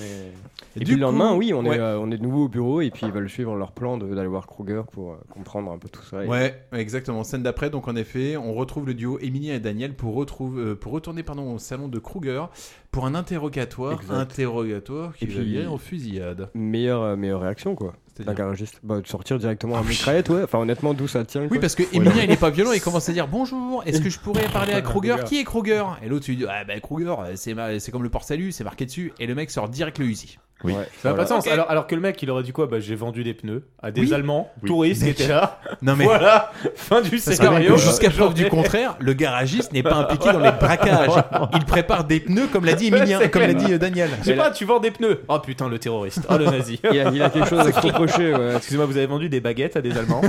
Et
Du
puis le lendemain,
coup,
oui, on,
ouais.
est, euh, on est de nouveau au bureau et puis ils veulent suivre leur plan de- d'aller voir Kruger pour euh, comprendre un peu tout ça. et-
Ouais, exactement. Scène d'après, donc en effet, on retrouve le duo Emilia et Daniel pour, retrouve, euh, pour retourner pardon, au salon de Kruger pour un interrogatoire.
Exact.
Interrogatoire qui
Et
va
puis-
virer en fusillade.
Meilleure, euh, meilleure réaction, quoi.
C'est-à-dire
D'un garagiste. Bah, de sortir directement à mitraillette, ouais. Enfin, honnêtement, d'où ça tient
Oui,
quoi.
parce que Emilien, il est pas violent, il commence à dire bonjour, est-ce que je pourrais parler à Kruger Qui est Kruger Et l'autre, il dit Ah, bah Kruger, c'est ma- c'est comme le port-salut, c'est marqué dessus. Et le mec sort direct le Uzi.
Oui.
Ouais.
Ça n'a pas de sens.
Ok.
Alors, alors que le mec, il aurait dit quoi Bah, j'ai vendu des pneus à des
Oui.
Allemands,
Oui.
touristes qui
Mec.
étaient là.
Non, mais.
Voilà, fin du
parce que
scénario.
Jusqu'à preuve du contraire, le garagiste n'est pas impliqué dans les braquages. Il prépare des pneus, comme l'a dit Emilien,
C'est
comme l'a
clair.
dit euh, Daniel.
Je sais pas, tu vends des pneus. Oh putain, le terroriste. Oh le nazi.
Il a, il a quelque chose à se reprocher, ouais.
Excusez-moi, vous avez vendu des baguettes à des Allemands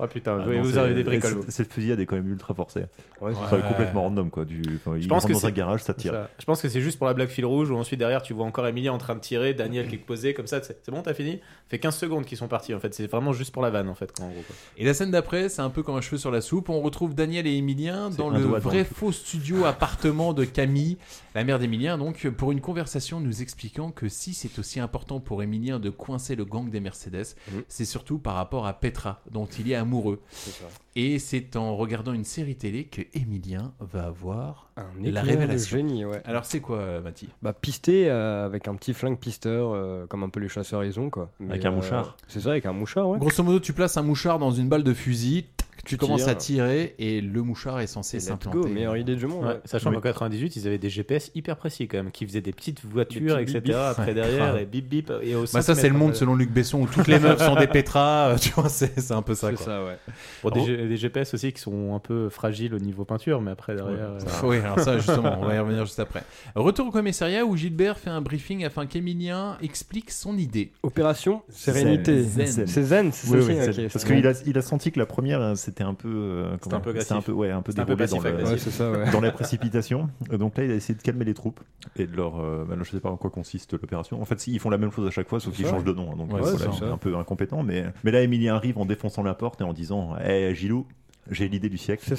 Oh putain,
Ah
vous-
non,
vous
c'est-
avez des bricoles.
cette- Cette fusillade est quand même ultra forcée.
Ouais,
Ça est complètement random quoi. Du, enfin, il
pense
rentre
que
dans un
c'est-
garage, ça tire.
Ça. Je pense que c'est juste pour la blague fil rouge où ensuite derrière tu vois encore Emilia en train de tirer, Daniel qui est posé comme ça, c'est c'est bon, t'as fini Ça fait 15 secondes qu'ils sont partis en fait, c'est vraiment juste pour la vanne en fait. quoi, en gros, quoi.
Et la scène d'après, c'est un peu comme un cheveu sur la soupe. On retrouve Daniel et Emilien dans
un
le
doigt dans
vrai
le
faux studio appartement de Camille, la mère d'Emilien, donc, pour une conversation nous expliquant que si c'est aussi important pour Emilien de coincer le gang des Mercedes, c'est surtout par rapport à Petra, dont il est amoureux.
ça.
Et c'est en regardant une série télé que Emilien va avoir la
éclair
révélation.
de génie, ouais.
Alors c'est quoi, Mathie
Bah, pisté euh, avec un petit flingue pisteur, euh, comme un peu les chasseurs ils ont quoi. Mais,
Avec un
euh,
mouchard.
C'est ça, avec un mouchard, ouais.
Grosso modo, tu places un mouchard dans une balle de fusil, tac, tu
Tu
commences
tires.
à tirer et le mouchard est censé
Et let's
s'implanter.
go, meilleure idée du monde,
Ouais,
ouais.
Sachant
Oui.
qu'en 98, ils avaient des GPS hyper précis quand même, qui faisaient des petites voitures,
Des petits
etc.
bip-bip.
Après
Ouais,
derrière,
grave.
et bip bip. Et au
Bah, ça,
5
c'est le
mètres
monde
après.
selon Luc Besson où toutes les meufs sont des pétras, euh, tu vois, c'est c'est un peu ça.
C'est
quoi.
ça, ouais. Bon, des,
Oh.
G- des GPS aussi qui sont un peu fragiles au niveau peinture, mais après derrière. euh,
Oui, alors ça, justement, on va y revenir juste après. Retour au commissariat où Gilbert fait un briefing afin qu'Emilien explique son idée.
Opération Sérénité. C'est zen, c'est
Oui,
ça,
oui,
ok,
zen. Parce
c'est
qu'il a,
zen.
il a senti que la première, euh, c'était un peu. euh, comment-
un peu
c'était un
agressif.
peu, ouais, un peu
C'était un peu
dérobé dans,
passif-agressif.
le-
Ouais, c'est ça, ouais.
dans la précipitation. Et Donc là, il a essayé de calmer les troupes et de leur. euh, bah, je sais pas en quoi consiste l'opération. En fait, si, ils font la même chose à chaque fois, sauf
C'est
qu'ils
ça.
changent de nom. hein. Donc
Ouais,
euh,
c'est
voilà,
ça.
c'est un peu incompétent. Mais, mais là, Emilien arrive en défonçant la porte et en disant Hé, Gilou, j'ai l'idée du siècle.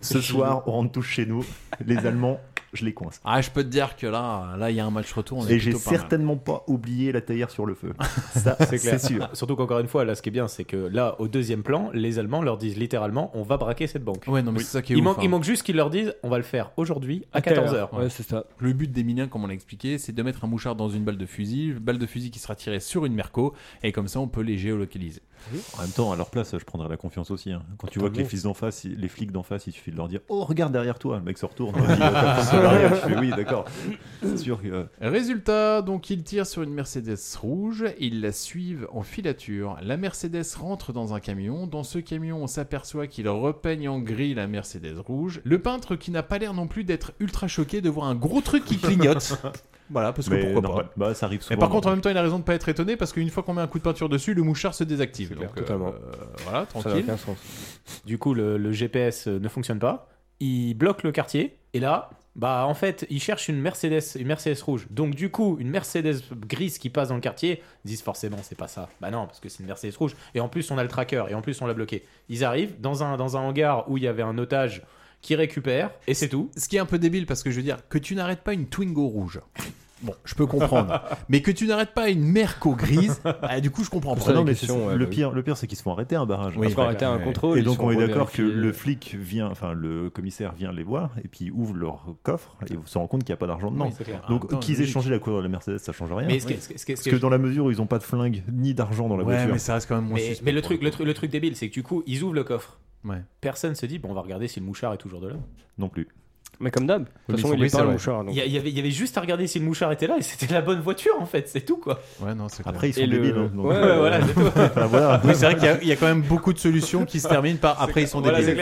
Ce
Gilou.
soir, on rentre tous chez nous. Les Allemands, je les coince.
Ah, je peux te dire que là, là, il y a un match retour. on est
Et j'ai
plutôt pas mal.
certainement pas oublié la théière sur le feu. Ça,
c'est clair. Ah,
c'est sûr.
Surtout qu'encore une fois, là, ce qui est bien, c'est que là, au deuxième plan, les Allemands leur disent littéralement on va braquer cette banque.
Ouais, non, mais c'est ça qui est
il,
ouf,
manque,
hein.
il manque juste qu'ils leur disent on va le faire aujourd'hui à 14h.
Ouais, c'est ça. Le but d'Emilien, comme on l'a expliqué, c'est de mettre un mouchard dans une balle de fusil, une balle de fusil qui sera tirée sur une Merco, et comme ça, on peut les géolocaliser.
En même temps, à leur place, je prendrais la confiance aussi. hein. Quand tu vois que les,
Totalement.
fils d'en face, les flics d'en face, il suffit de leur dire Oh, regarde derrière toi. Le mec se retourne. Il euh, voit pas le salariat. Je fais, Oui, d'accord. C'est sûr que. euh,
Résultat, donc ils tirent sur une Mercedes rouge, ils la suivent en filature. La Mercedes rentre dans un camion, dans ce camion on s'aperçoit qu'il repeigne en gris la Mercedes rouge. Le peintre qui n'a pas l'air non plus d'être ultra choqué de voir un gros truc qui clignote. voilà, parce que
mais
pourquoi
normal.
pas.
Bah, ça arrive souvent.
Mais par contre, en
dans-
même temps, il a raison de pas être étonné parce qu'une fois qu'on met un coup de peinture dessus, le mouchard se désactive. Donc,
totalement.
euh, voilà, tranquille.
Du coup, le, le GPS euh, ne fonctionne pas. Il bloque le quartier. Et là, bah en fait, ils cherchent une Mercedes, une Mercedes rouge. Donc du coup, une Mercedes grise qui passe dans le quartier, ils disent forcément c'est pas ça. Bah non, parce que c'est une Mercedes rouge. Et en plus, on a le tracker. Et en plus, on l'a bloqué. Ils arrivent dans un dans un hangar où il y avait un otage qui récupère. Et c'est tout.
Ce qui est un peu débile parce que je veux dire que tu n'arrêtes pas une Twingo rouge. Bon, je peux comprendre. mais que tu n'arrêtes pas une Merco grise, bah, du coup, je comprends pas.
Ah non, mais c'est-
euh,
le pire, le pire, c'est qu'ils se font arrêter à un barrage.
Oui, Ils se font
bah,
ouais, arrêter à un ouais. contrôle,
Et
ils
donc
se
on
font
est d'accord que
vérifier.
le flic vient, enfin le commissaire vient les voir et puis ouvre leur coffre et se rend compte qu'il n'y a pas d'argent dedans.
Oui, c'est clair.
donc
Attends,
qu'ils aient
logique.
changé la couleur de la Mercedes, ça change rien.
Mais ce qui- ce qui- ce qui-
Parce que dans la mesure où ils n'ont pas de flingue ni d'argent dans la voiture.
Mais, mais le, truc, le, truc, le truc débile, c'est que du coup, ils ouvrent le coffre.
Ouais.
Personne se dit, bon, on va regarder si le mouchard est toujours de là.
Non plus.
Mais comme d'hab, de toute façon, il est pas le mouchard. donc. euh,
Il y, a- il y avait, il y avait juste à regarder si le mouchard était là et c'était la bonne voiture en fait, c'est tout quoi.
Ouais, non, c'est clair.
Après, ils sont
Et le-
débiles. hein, donc,
Ouais, ouais,
euh,
voilà, c'est tout.
enfin, voilà.
Oui, c'est vrai qu'il y a- il y, a quand même beaucoup de solutions qui se terminent par après ils sont débiles.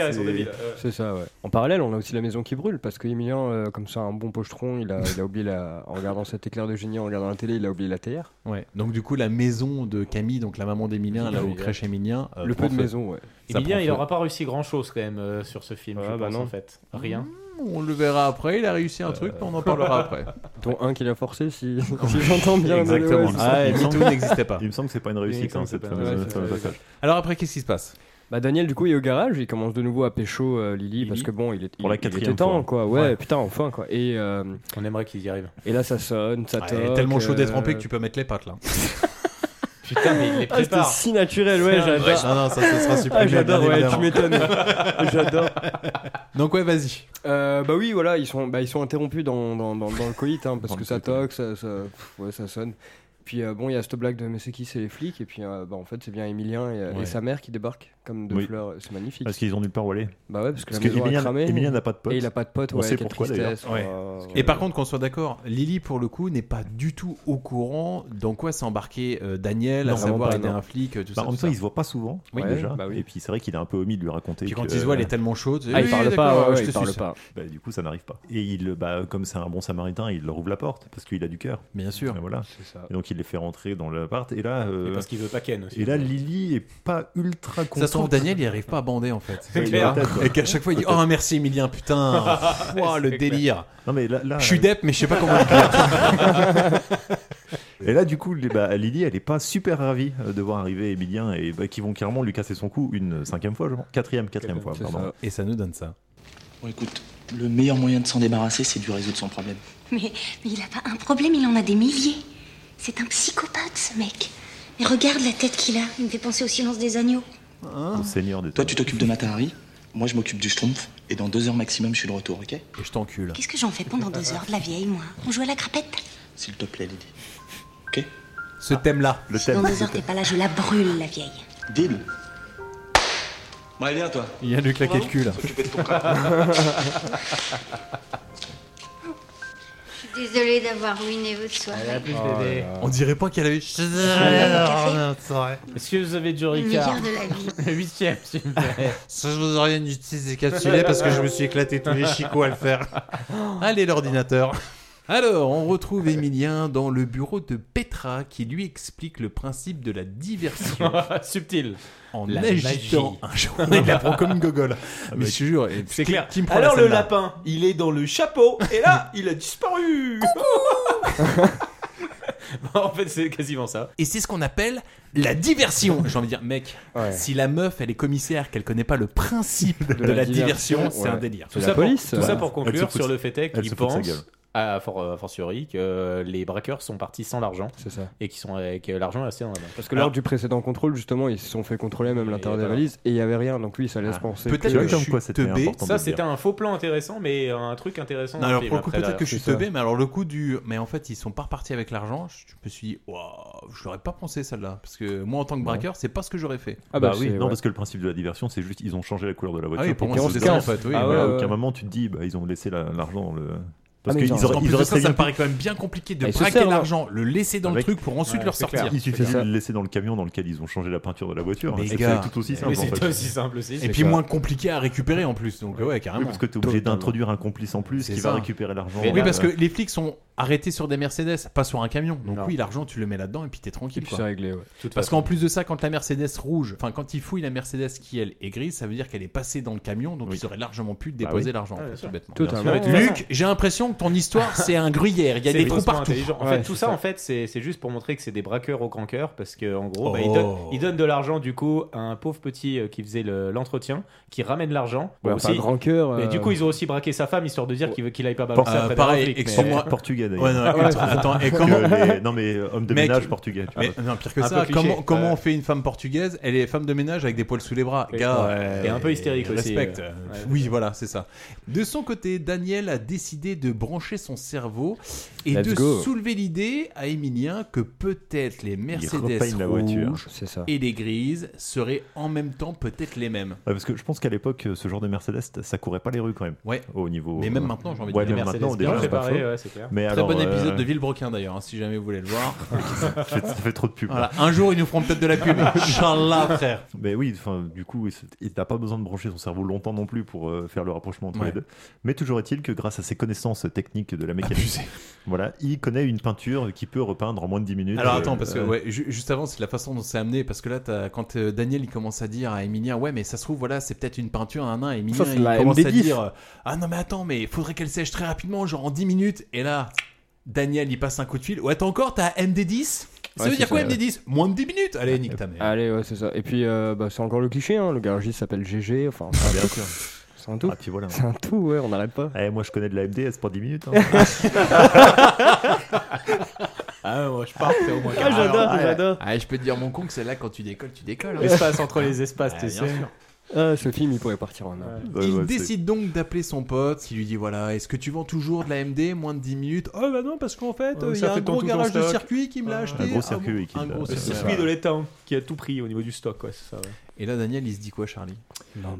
Euh,
C'est ça, ouais. En parallèle, on a aussi la maison qui brûle parce que Emilien, euh, comme ça, un bon pochetron, il a, il a oublié la. En regardant cet éclair de génie, en regardant la télé, il a oublié la terre.
Ouais. Donc du coup la maison de Camille, donc la maman d'Emilien, là où crèche Emilien. euh,
Le peu
prend
de
feu.
maison, ouais.
Ça
Emilien,
prend
il
feu.
aura pas réussi grand chose quand même euh, sur ce film, je
bah
pense
non.
en fait. Rien.
On le verra après. Il a réussi un truc, mais on en parlera après.
Dont un qui l'a forcé, si, si j'entends bien. mais ouais,
Exactement.
c'est ça.
Ah, et MeToo n'existait pas.
Il me semble que c'est pas une réussite, hein, cette fameuse-
Ouais,
fameuse
c'est-
attaque.
Alors après, qu'est-ce qui se passe
bah Daniel du coup il est au garage, il commence de nouveau à pécho euh, Lily, parce que bon il est
Pour la
il- il
quatrième
était temps
fois.
quoi, ouais,
Ouais.
putain enfin quoi et euh,
on aimerait qu'il y arrive.
Et là ça sonne, ça
Ah,
toque.
il est tellement chaud d'être en
plus
plus que tu peux mettre les pattes là.
Putain, mais il les
Ah, c'était
prépare.
si naturel, ouais, j'adore.
Ouais, non, non, ça, ça sera supprimé,
Ah, j'adore,
bien
ouais, tu
évidemment.
m'étonnes. j'adore.
Donc, ouais, vas-y.
bah oui, voilà, ils sont, bah, ils sont interrompus dans, dans, dans, dans le coït, hein, parce que ça toque, ça, ça, pff, ouais, ça sonne. Puis euh, bon, il y a cette blague de mais c'est qui, c'est les flics, et puis euh, bah, en fait, c'est bien Emilien et, euh, et
Ouais.
sa mère qui débarquent comme de
Oui.
fleurs, c'est magnifique.
Parce qu'ils ont nulle part où aller.
Bah ouais, parce que la maison a
Emilien
cramé.
Emilien n'a pas de pote.
Et il a pas de pote,
On
ouais,
sait
quelle
pourquoi d'ailleurs.
tristesse, Ouais. euh,
Et par contre, qu'on soit d'accord, Lily, pour le coup, n'est pas du tout au courant dans quoi s'est embarqué euh, Daniel, à
Non, vraiment
savoir
pas,
aider
non.
un flic, euh, tout ça.
Bah, en
tout
même temps,
ça.
il se voit pas souvent. hein,
Oui,
déjà.
bah oui.
Et puis c'est vrai qu'il a un peu omis de lui raconter.
Puis quand
que-
il se voit, elle est tellement chaude, c'est-
Ah, il
Oui,
parle
d'accord,
pas, ouais,
je
ouais,
te
il
suis,
parle
ça.
pas.
Bah, du coup, ça n'arrive pas. Et il, bah, comme c'est un bon samaritain, il leur ouvre la porte parce qu'il a du cœur.
Bien sûr.
Et voilà.
ça.
Et donc il les fait rentrer dans l'appart. Et là. euh,
Et parce qu'il veut pas Ken aussi.
Et là, Lily est pas ultra contente.
Ça se trouve, Daniel, il arrive pas à bander en fait.
C'est clair.
Et qu'à chaque fois, il dit Oh, merci Emilien, putain. Ouah, le
C'est clair. Ah,
délire.
Non, mais là- là-
je suis dep, mais je sais pas comment le dire.
Et là, du coup, les- bah, Lily, elle est pas super ravie euh, de voir arriver Emilien et bah, qui vont clairement lui casser son cou une cinquième fois, je pense. Quatrième, quatrième fois,
C'est
pardon.
ça. Et ça nous donne ça.
Bon, écoute, le meilleur moyen de s'en débarrasser, c'est de lui résoudre son problème.
Mais, mais il a pas un problème, il en a des milliers. C'est un psychopathe, ce mec. Mais regarde la tête qu'il a, il me fait penser au silence des agneaux.
Seigneur des
Toi, tu t'occupes de Matahari, moi, je m'occupe du Schtroumpf, et dans deux heures maximum, je suis de retour, ok
Et je t'encule.
Qu'est-ce que j'en fais pendant deux heures de la vieille, moi On joue à la crapette
S'il te plaît, Lily.
Ce thème-là.
Le
Si Dans deux heures, t'es pas là, je la brûle, la vieille.
Deal Ouais, viens, toi.
Il vient de lui claquer le cul, là.
S'occuper de ton
Désolée d'avoir ruiné votre soirée.
Ah,
On dirait pas qu'elle a eu.
Est-ce que vous avez du
Ricard
Ricard
meilleur de la vie.
Huitième, s'il vous plaît.
Ça, je vous aurais utilisé capsulé parce que je me suis éclaté tous les chicots à le faire. Allez, l'ordinateur. Alors, on retrouve Emilien dans le bureau de Petra qui lui explique le principe de la diversion.
Subtil.
En
La
agitant
magie.
un jour. Ah bah, Il la prend comme une gogole. Mais je te jure, et
C'est
qui-
clair.
qui me prend la
Alors le
scène-là
lapin, il est dans le chapeau et là, il a disparu. en fait, c'est quasiment ça.
Et c'est ce qu'on appelle la diversion. J'ai envie de dire, mec,
Ouais.
si la meuf, elle est commissaire, qu'elle connaît pas le principe de,
De
la, diversion, c'est un délire.
Tout, ça, pour, tout ça pour conclure sur le fait est qu'il pense à for- à fortiori que euh, les braqueurs sont partis sans l'argent et qui sont avec euh, l'argent resté dans la main.
Parce que lors du précédent contrôle, justement, ils se sont fait contrôler même l'intérieur des
voilà.
valises et il y avait rien, donc lui, ça laisse penser.
peut-être
que
que je suis
teubé. important de
ça
le dire.
c'était un faux plan intéressant mais un truc intéressant.
Non,
dans le
alors
film,
pour le coup,
après,
peut-être que je suis
derrière.
teubé, mais alors le coup du. Mais en fait, ils sont pas repartis avec l'argent. Je je me suis dit, waouh, je l'aurais pas pensé celle-là. Parce que moi, en tant que braqueur, c'est pas ce que j'aurais fait.
Ah bah, oui, non, parce que le principe de la diversion, c'est juste ils ont changé la couleur de la voiture.
Ah oui, pour moi,
qu'on
c'est
se
ça, en
casse.
fait, oui.
Ah,
Ah
voilà,
ouais,
à
ouais. Ah,
aucun moment, tu te dis, bah, ils ont laissé la- l'argent. Le... Parce
mais
qu'ils
genre-
auraient,
en
ils
plus de
auraient
ça,
très
ça
bien
me paraît
pu-
quand même bien compliqué de braquer l'argent, le laisser dans le truc pour ensuite le ressortir.
Il suffit
C'est ça.
de le laisser dans le camion dans lequel ils ont changé la peinture de la voiture.
Mais
C'est
gars,
tout aussi
mais
simple.
c'est
en fait.
aussi simple aussi, Et c'est puis clair. moins compliqué à récupérer en plus, donc ouais, carrément.
Oui, parce que t'es obligé
Totalement.
d'introduire un complice en plus
C'est
qui
ça.
va récupérer l'argent. euh,
Oui, parce que les flics sont arrêtés sur des Mercedes, pas sur un camion. Donc oui, l'argent, tu le mets là-dedans et puis t'es tranquille.
puis
quoi.
c'est réglé, ouais. Tout
Parce
à fait.
qu'en plus de ça, quand la Mercedes rouge, enfin quand ils fouillent la Mercedes qui elle est grise, ça veut dire qu'elle est passée dans le camion, donc ils auraient largement pu déposer
oui.
l'argent.
Ah,
en fait,
bien sûr.
tout bêtement.
Totalement. Bien sûr.
Luc, j'ai l'impression que ton histoire, c'est un gruyère. Il y a
C'est
des trous
faussement
partout.
intelligent. En fait, tout ça, en fait, c'est c'est juste pour montrer que c'est des braqueurs au grand cœur parce que en gros, bah, ils,
Oh.
donnent, ils donnent de l'argent du coup à un pauvre petit euh, qui faisait le- l'entretien, qui ramène l'argent.
Ouais,
Bon,
enfin, grand cœur, euh,
Mais du coup, ils ont aussi braqué sa femme histoire de dire qu'il veut- qu'il aille pas balancer
Euh,
après
pareil,
des flics, mais-
excuse-moi.
Portugais d'ailleurs.
Ouais, non, attends, attends, et
Ah,
comment
Que les- Non, mais euh, homme de
Mec,
ménage portugais. tu
mais
vois.
non, pire que
Un
ça,
peu cliché.
comment, comment
Euh,
on fait une femme portugaise Elle est femme de ménage avec des poils sous les bras.
Oui.
Gars, euh,
Ouais. Et un peu hystérique aussi.
respecte.
Ouais.
Oui, voilà, c'est ça. De son côté, Daniel a décidé de brancher son cerveau et
Let's
de
go.
soulever l'idée à Emilien que peut-être les Mercedes oh.
repeignent la voiture.
rouges
C'est ça.
et les grises seraient en même temps peut-être les mêmes.
Ouais, parce que je pense qu'à l'époque, euh, ce genre de Mercedes, ça courait pas les rues quand même.
Ouais.
Au niveau. euh,
Mais même maintenant, j'ai envie de
Ouais,
dire.
même maintenant, déjà, c'est pas faux. Mais
Très
alors,
bon épisode
euh,
de Villebrequin d'ailleurs, hein, si jamais vous voulez le voir.
ça, fait, ça fait trop de pub.
Voilà, un jour, ils nous feront peut-être de la pub. Inch'Allah, frère.
Mais oui, enfin, du coup, c'est- il n'a pas besoin de brancher son cerveau longtemps non plus pour euh, faire le rapprochement entre
Ouais.
les deux. Mais toujours est-il que grâce à ses connaissances techniques de la mécanique, voilà, il connaît une peinture qui peut repeindre en moins de 10 minutes.
Alors
Euh,
attends, parce que
euh,
ouais, ju- juste avant, c'est la façon dont c'est amené, parce que là, t'as- quand euh, Daniel il commence à dire à Emilia, ouais, mais ça se trouve, voilà, c'est peut-être une peinture, un nain, et Emilia
Ça, c'est
il
la
commence à
MD10.
dire, euh, ah non mais attends, mais faudrait qu'elle sèche très rapidement, genre en 10 minutes, et là, Daniel il passe un coup de fil, ouais, t'as encore, t'as MD10 Ça
Ouais,
veut
c'est
dire quoi
ça, ouais.
MD10 Moins de 10 minutes Allez, nique ta mère.
Ah,
Allez, ouais, c'est ça. Et puis, euh, bah, c'est encore le cliché, hein. le garagiste s'appelle GG, enfin, c'est un tout. C'est un tout.
Ah, puis voilà.
C'est un tout, ouais, on n'arrête pas.
Eh, moi, je connais de la MDS pour 10 minutes. hein.
Ah, moi je pars, c'est au moins
Ah,
quarante.
j'adore,
Ah, ouais.
j'adore. Ah, je peux te dire mon con que celle-là, quand tu décolles, tu décolles. hein.
L'espace entre les espaces,
Ah,
tu
bien
sais.
sûr.
Ah, ce film, il pourrait partir en un.
il décide donc d'appeler son pote qui lui dit voilà est-ce que tu vends toujours de la MD moins de 10 minutes oh bah non parce qu'en fait
Ouais,
euh, il y
ça
a un
fait
gros
tout ton
garage de
stock.
circuit qui me l'a acheté
Un gros
Ah bon,
circuit, oui, qui
un
l'a-
gros
Le
circuit.
circuit
Celui de l'étang qui a tout pris au niveau du stock, quoi, c'est ça. ouais.
et là Daniel il se dit quoi Charlie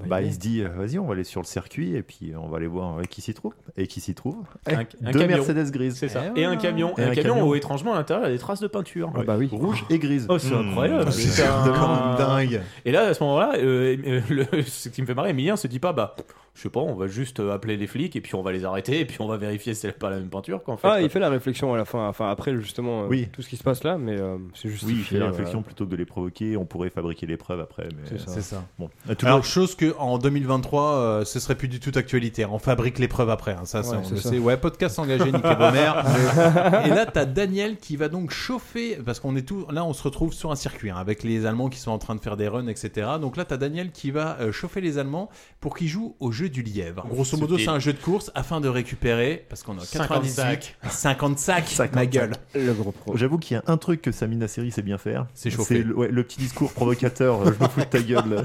Bah, il se dit, euh, vas-y, on va aller sur le circuit et puis euh, on va aller voir euh, qui s'y trouve. Et qui s'y trouve Eh,
Un- un
Deux
camion.
Mercedes grises.
C'est ça. Eh, Et un camion, et un camion où étrangement à l'intérieur il y a des traces de peinture.
Ah bah oui. Rouge et grise.
Oh, c'est
Mmh.
incroyable.
Ah, c'est
putain.
vraiment dingue.
Et là, à ce moment-là, euh, euh, le- ce qui me fait marrer, Emilien se dit pas, bah, je sais pas, on va juste euh, appeler les flics et puis on va les arrêter et puis on va vérifier si c'est pas la même peinture qu'en fait.
Ah, il fait la réflexion à la fin, enfin, après, justement, euh,
Oui.
tout ce qui se passe là, mais euh, c'est
Oui,
justifié.
il fait la
voilà.
réflexion plutôt que de les provoquer, on pourrait fabriquer les preuves après. Mais
C'est ça.
Bon.
Alors, chose que en 2023, euh, ce serait plus du tout d'actualité. On fabrique les preuves après. hein. Ça, ça,
Ouais,
on
c'est
le
ça.
sait. Ouais, podcast engagé, Nicolas Bonner. Et là, t'as Daniel qui va donc chauffer parce qu'on est tout. Là, on se retrouve sur un circuit hein, avec les Allemands qui sont en train de faire des runs, etc. Donc là, t'as Daniel qui va euh, chauffer les Allemands pour qu'ils jouent au jeu du lièvre. Grosso modo,
C'était-
c'est un jeu de course afin de récupérer parce qu'on a 90
sacs.
50 sacs, ma gueule.
euh, Le gros pro.
J'avoue qu'il y a un truc que Samina Seri sait bien faire.
C'est chauffer.
le, ouais, le petit discours provocateur, euh, je me fous de ta gueule. là.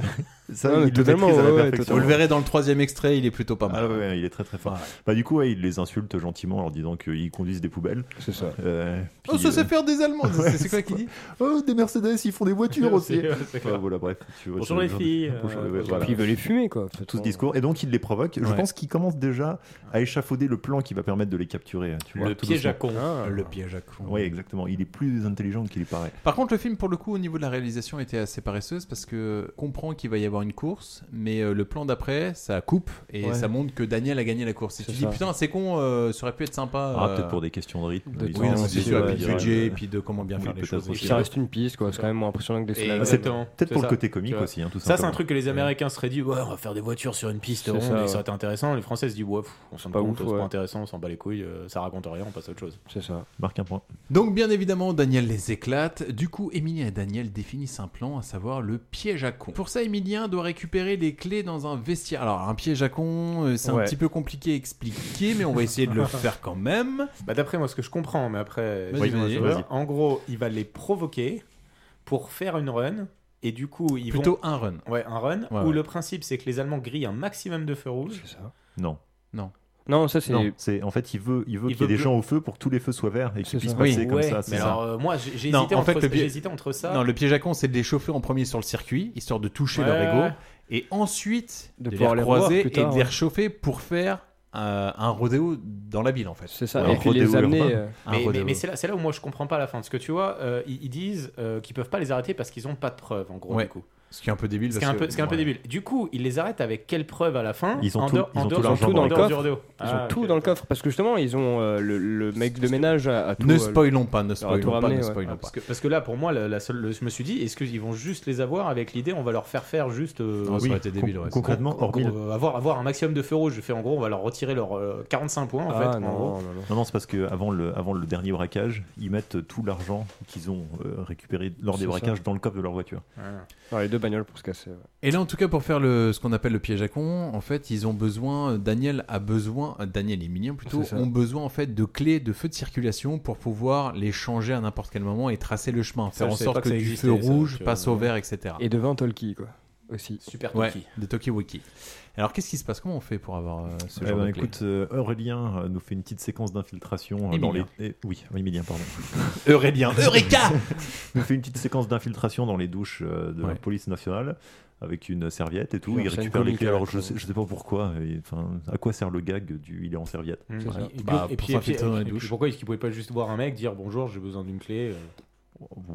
Ça,
Non, mais
il le
totalement,
maîtrise à la
ouais, ouais,
perfection.
totalement. Vous le verrez dans le troisième extrait, il est plutôt pas mal.
Ah ouais, ouais, il est très très fort. Bah, du coup, ouais, il les insulte gentiment en leur disant qu'ils conduisent des poubelles. Euh,
C'est ça.
Oh, ça sait faire des Allemands.
Ouais,
C'est- c'est quoi qu'il dit
Oh, des Mercedes, ils font des voitures aussi. Enfin, voilà, bref. tu vois,
Bonjour
c'est
les
le genre
filles,
de- Bonjour,
euh,
ouais,
et
voilà.
puis ils veulent les fumer, quoi.
Tout ce discours. Et donc, il les provoque. Je
Ouais.
pense qu'il commence déjà à échafauder le plan qui va permettre de les capturer. hein, Tu vois,
Le
tout
piège à
doucement.
Ah,
con.
Ah, Le piège à con.
Oui, exactement. Il est plus intelligent qu'il y paraît.
Par contre, le film, pour le coup, au niveau de la réalisation, était assez paresseuse parce que comprend qu'il va y avoir une course, mais euh, le plan d'après, ça coupe et
Ouais.
ça montre que Daniel a gagné la course. Et tu
C'est
dis,
ça.
putain, c'est con, euh, ça aurait pu être sympa.
Ah,
euh,
peut-être pour des questions de rythme.
de
Ils
temps,
ont-
c'est
ils ont-
sûr, et
ouais,
puis
ouais,
budget,
ouais.
et puis de comment bien
Oui,
faire les
peut-être
choses
aussi.
aussi.
Ça reste une piste, quoi. C'est quand même moins impressionnant que des slams.
Exactement.
Peut-être pour
C'est
le
ça.
côté comique
Tu vois.
aussi, hein, tout
ça, c'est un
simplement.
truc que les Américains se seraient dit, ouais, on va faire des voitures sur une piste
C'est
ronde,
ça,
et ça aurait
ouais.
été intéressant. Les Français se disent, ouais, pff, on s'en
Pas
bat
ouf,
c'est
ouais.
pas intéressant, on s'en bat les couilles, euh, ça raconte rien, on passe à autre chose.
C'est ça.
Marque un point.
Donc bien évidemment, Daniel les éclate. Du coup, Emilien et Daniel définissent un plan, à savoir le piège à con. Pour ça, Emilien doit récupérer les clés dans un vestiaire. Alors, un piège à con, euh, c'est un
Ouais.
petit peu compliqué à expliquer, mais on va essayer de le faire quand même.
Bah, d'après moi, ce que je comprends, mais après,
Vas-y,
dis-moi,
vas-y.
Sauveur.
Vas-y.
en gros, il va les provoquer pour faire une run. Et du coup, ils
Plutôt
vont...
un run.
Ouais, un run.
Ouais,
où
ouais.
le principe, c'est que les Allemands grillent un maximum de feux rouges.
C'est ça.
Non.
Non.
Non, ça, c'est-
c'est en fait il veut il veut
Il
qu'il y
veut
ait des
que-
gens au feu pour que tous les feux soient verts et qu'ils puissent passer comme
Ouais,
ça. c'est
mais
ça.
alors, euh, moi, j'ai- j'ai
Non,
hésité
en
entre-
fait, le
j'ai
pié-
hésité entre ça.
Non, le piège à con, c'est de les chauffer en premier sur le circuit, histoire de toucher
Ouais,
leur
ouais,
ego,
ouais.
et ensuite
De
de, les
pouvoir les revoir
recroiser
plus
et
tard,
de les
ouais.
réchauffer pour faire euh, un rodéo dans la ville, en fait.
C'est ça,
Un
et puis les
rodéo
amener,
urbain.
euh,
Un
Mais, mais-
rodéo.
mais c'est là, c'est là où moi je comprends pas la fin. Parce que tu vois, euh, ils, ils disent euh, qu'ils peuvent pas les arrêter parce qu'ils ont pas de preuves, en gros.
Ouais.
Du coup.
Ce qui est un peu débile.
Ce qui est
parce
un peu,
que-
ce qui est un peu
ouais.
débile. Du coup, ils les arrêtent avec quelle preuve à la fin
Ils ont
En
tout-
dehors-
ils
en
ont
dehors- en
tout l'argent
dehors
dans
du
le coffre.
rodéo.
Ils
Ah,
ont tout dans le coffre parce que justement ils ont euh, le, le mec de ménage à, à tout.
Ne
euh,
spoilons pas, ne
à tout
spoilons pas,
ramener,
ne
ouais.
spoilons
Ah,
pas.
parce, que, parce que là, pour moi, la, la seule, le- je me suis dit, est-ce qu'ils vont juste les avoir avec l'idée, on va leur faire faire juste. euh,
Non, ça aurait été débile,
con-
ouais,
concrètement,
con-
hormis le-
euh, avoir, avoir un maximum de feux rouges. Je fais en gros, on va leur retirer leurs euh, 45 points en
Ah,
fait. en gros.
Ah, Non, non, c'est parce que avant le, avant le dernier braquage, ils mettent tout l'argent qu'ils ont euh, récupéré lors
C'est
des
ça.
braquages dans le coffre de leur voiture.
Ah,
Dans les deux bagnoles pour se casser. ouais.
Et là, en tout cas, pour faire le, ce qu'on appelle le piège à con, en fait, ils ont besoin, euh, Daniel a besoin, euh, Daniel et Emilien plutôt,
C'est ça.
ont besoin en fait de clés de feu de circulation pour pouvoir les changer à n'importe quel moment et tracer le chemin,
Ça,
faire
je
en
savais
sorte
pas
que,
que ça
du
existait,
feu
ça,
rouge
tu vois.
passe au vert, etc.
Et devant Tolki quoi aussi.
Super
Ouais, des Tokiwoki. Alors, qu'est-ce qui se passe Comment on fait pour avoir euh, ce
Eh
genre
ben,
de clés
écoute, euh, Aurélien euh, nous fait une petite séquence d'infiltration euh, dans les.
Emilien.
eh, oui, Emilien, pardon.
Aurélien, Eureka
nous fait une petite séquence d'infiltration dans les douches euh, de
Ouais.
la police nationale avec une serviette et tout.
Genre,
il
c'est
récupère
une
les clés. Alors
communique,
je sais, je sais pas pourquoi. et, Enfin, à quoi sert le gag du il est en serviette
Mm.
Voilà.
Et puis-
Bah, pour
et puis- et puis-
s'infiltrer dans les
et puis
douches.
pourquoi est-ce qu'ils pouvaient pas juste voir un mec dire bonjour, j'ai besoin d'une clé euh,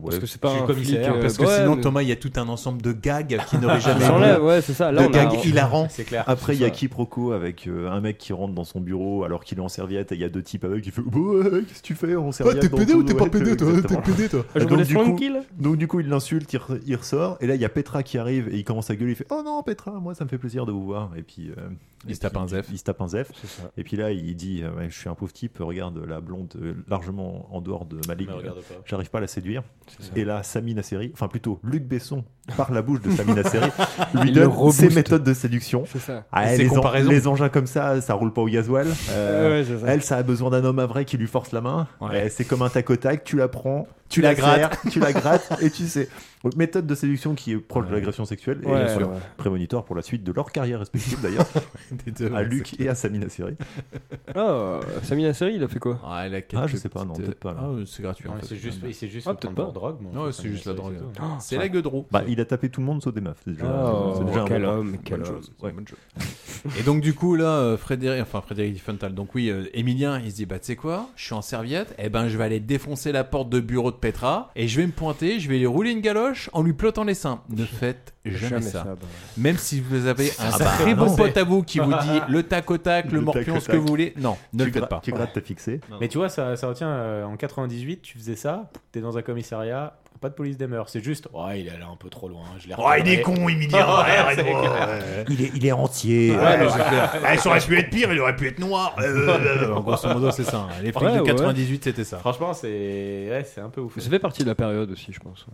Parce que
c'est pas
je suis
un
commissaire.
flic, euh,
Parce que
ouais,
sinon,
mais-
Thomas, il y a tout un ensemble de gags qui
Ah,
n'auraient jamais
s'enlève,
lieu.
ouais, c'est ça. Là,
de
on a-
gags
on-
hilarants.
C'est clair.
Après, il y a
C'est ça.
quiproquo avec euh, un mec qui rentre dans son bureau alors qu'il est en serviette et il y a deux types avec qui fait Bon, ouais, qu'est-ce que tu fais en serviette
Ah, t'es
dans
pédé
ton-
ou t'es pas
ouais,
pédé, toi
exactement.
T'es pédé, toi Je
Et
vous
Ah, donc,
laisse
du coup-
tranquille.
Donc du coup, il l'insulte, il, re- il ressort et là il y a Petra qui arrive et il commence à gueuler. Il fait Oh non, Petra, moi ça me fait plaisir de vous voir. Et puis euh,
Il
et
se tape
puis,
un zef.
Il se tape un zef.
C'est ça.
Et puis là, il dit euh, Ouais, Je suis un pauvre type, regarde la blonde euh, largement en dehors de ma ligue.
Me regarde
euh,
pas.
J'arrive pas à la séduire.
C'est ça.
Et là, Sami Nasseri, enfin plutôt Luc Besson, par la bouche de Sami Nasseri, lui
Il le
donne ses
rebooste.
méthodes de séduction.
C'est ça.
Ah,
Et ses
les, en-
comparaisons.
les engins comme ça, ça roule pas au gasoil. Euh,
Ouais, c'est ça.
elle, ça a besoin d'un homme à vrai qui lui force la main. Euh, c'est comme un tac au tac, tu la prends, tu, la, grattes, tu la grattes et tu sais. Donc, méthode de séduction qui est proche de l'agression sexuelle et
Ouais,
bien sûr
ouais.
prémonitoire pour la suite de leur carrière respective d'ailleurs à Luc et à Samina Seri.
Ah, Samina Seri, il a fait quoi
Ah, elle a
Ah, je sais pas, non, peut-être pas. là.
Ah, c'est gratuit. en
Ouais,
fait.
c'est juste- c'est juste
Ah,
en
peut-être
termes
pas.
de drogue, mais en
Non,
fait,
c'est
ça
juste la
m'intéresse
drogue.
pas. Oh,
C'est
ça-
la gueule de roue.
Bah, il a tapé tout le monde sauf des meufs. C'est déjà,
Oh,
c'est déjà un
quel
bon point.
homme, quel
Bonne
homme.
chose, ouais.
Et donc du coup là, euh, Frédéric, enfin Frédéric Funtal, donc oui, euh, Emilien, il se dit bah tu sais quoi, je suis en serviette, eh ben je vais aller défoncer la porte de bureau de Petra et je vais me pointer, je vais lui rouler une galoche en lui plottant les seins. Ne faites jamais,
Jamais
ça.
ça, bah.
Même si vous avez un
Ah bah,
très
non,
bon
c'est-
pote à vous qui vous dit le tac au tac, le,
Le tac
morpion,
au
ce que vous
tac.
voulez, non, ne
Tu
le faites
gra-
pas.
Tu grattes, t'as fixé.
Mais tu vois, ça, ça retient euh, en 98, tu faisais ça, t'es dans un commissariat, Pas de police des mœurs, c'est juste. Oh, il est allé un peu trop loin. Je l'ai
Oh, il
repéré.
est con, Emilien. Ouais,
c'est
arrête,
clair.
ouais. Il est, il est entier.
Ouais,
Ouais.
mais c'est clair.
Ah, ça aurait pu être pire, il aurait pu être noir. Euh,
En grosso modo, c'est ça, hein. Les flics
Ouais,
de
ouais.
98, c'était ça.
Franchement, c'est ouais, c'est un peu ouf.
Ça fait partie de la période aussi, je pense.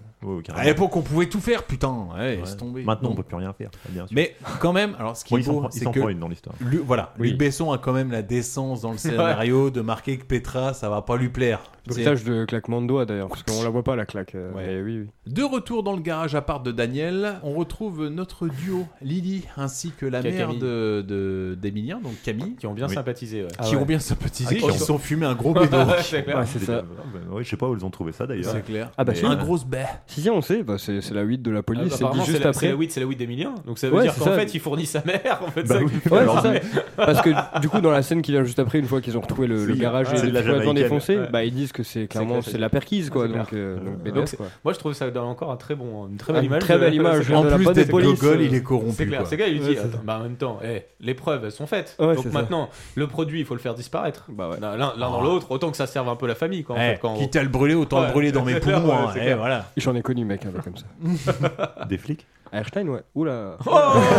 À l'époque, on pouvait tout faire, putain. Ouais, laisse tomber.
Maintenant, on
Non.
peut plus rien faire. Bien sûr.
Mais quand même, alors ce qui
Bon,
est
il s'en
beau,
prend- il
c'est
s'en
que
prend une dans l'histoire.
Lu- voilà,
Oui.
Luc Besson a quand même la décence dans le scénario de marquer que Petra, ça va pas lui plaire.
Bruitage de claquement de doigts d'ailleurs, parce qu'on la voit pas la claque. euh, mais oui, oui.
De retour dans le garage à part de Daniel, on retrouve notre duo, Lily ainsi que la
Qui a
mère
Camille.
de de- d'Emilien, donc Camille.
Qui ont bien sympathisé, ouais.
Qui ont bien sympathisé,
Ah,
qui se sont fumés un gros
Ah
bédo.
Ouais, c'est ça. Bah, ouais, je sais pas où ils ont trouvé ça d'ailleurs.
C'est clair.
Ah bah
Mais-
si.
Un gros baie.
Si, si, on sait, bah, c'est c'est la 8 de la
Ah,
police, c'est
apparemment,
dit
c'est
juste
la-
après.
C'est la 8, c'est la 8 d'Emilien. Donc ça veut
Ouais,
dire
c'est
qu'en
ça.
fait, il fournit sa mère. En fait,
Bah
ça
oui.
qui fait
Ouais,
leur
c'est ça.
mère.
Parce que du coup, dans la scène qui vient juste après, une fois qu'ils ont retrouvé le, le
C'est-
garage
ouais, c'est de la
complètement
Jamaïcaine.
défoncé,
Ouais.
bah, ils disent que c'est clairement
clair,
c'est de la perquise quoi.
C'est clair.
Donc, euh, donc,
Ouais,
bédoc,
c'est-
quoi.
Moi, je trouve ça donne encore un très bon, une très
Ah,
belle
une
image.
très belle
de-
image.
de-
En
de la
plus
part
d'être
police,
gogol,
euh,
il est corrompu,
C'est clair,
quoi.
c'est clair. Il
Ouais,
dit,
c'est
attends,
ça.
bah, en même temps, eh, les preuves, elles sont faites.
Ouais,
Donc
c'est ça.
maintenant, le produit, il faut le faire disparaître. L'un l'un dans
Ah.
l'autre, autant que ça serve un peu la famille. Quoi, en
Eh,
fait, quand-
quitte à le brûler, autant le
Ouais,
brûler dans mes
c'est clair,
poumons,
ouais,
hein,
c'est
eh,
clair.
voilà. J'en ai connu, mec, un peu comme ça.
Des flics
À Erstein, ouais. Oula.
Oh,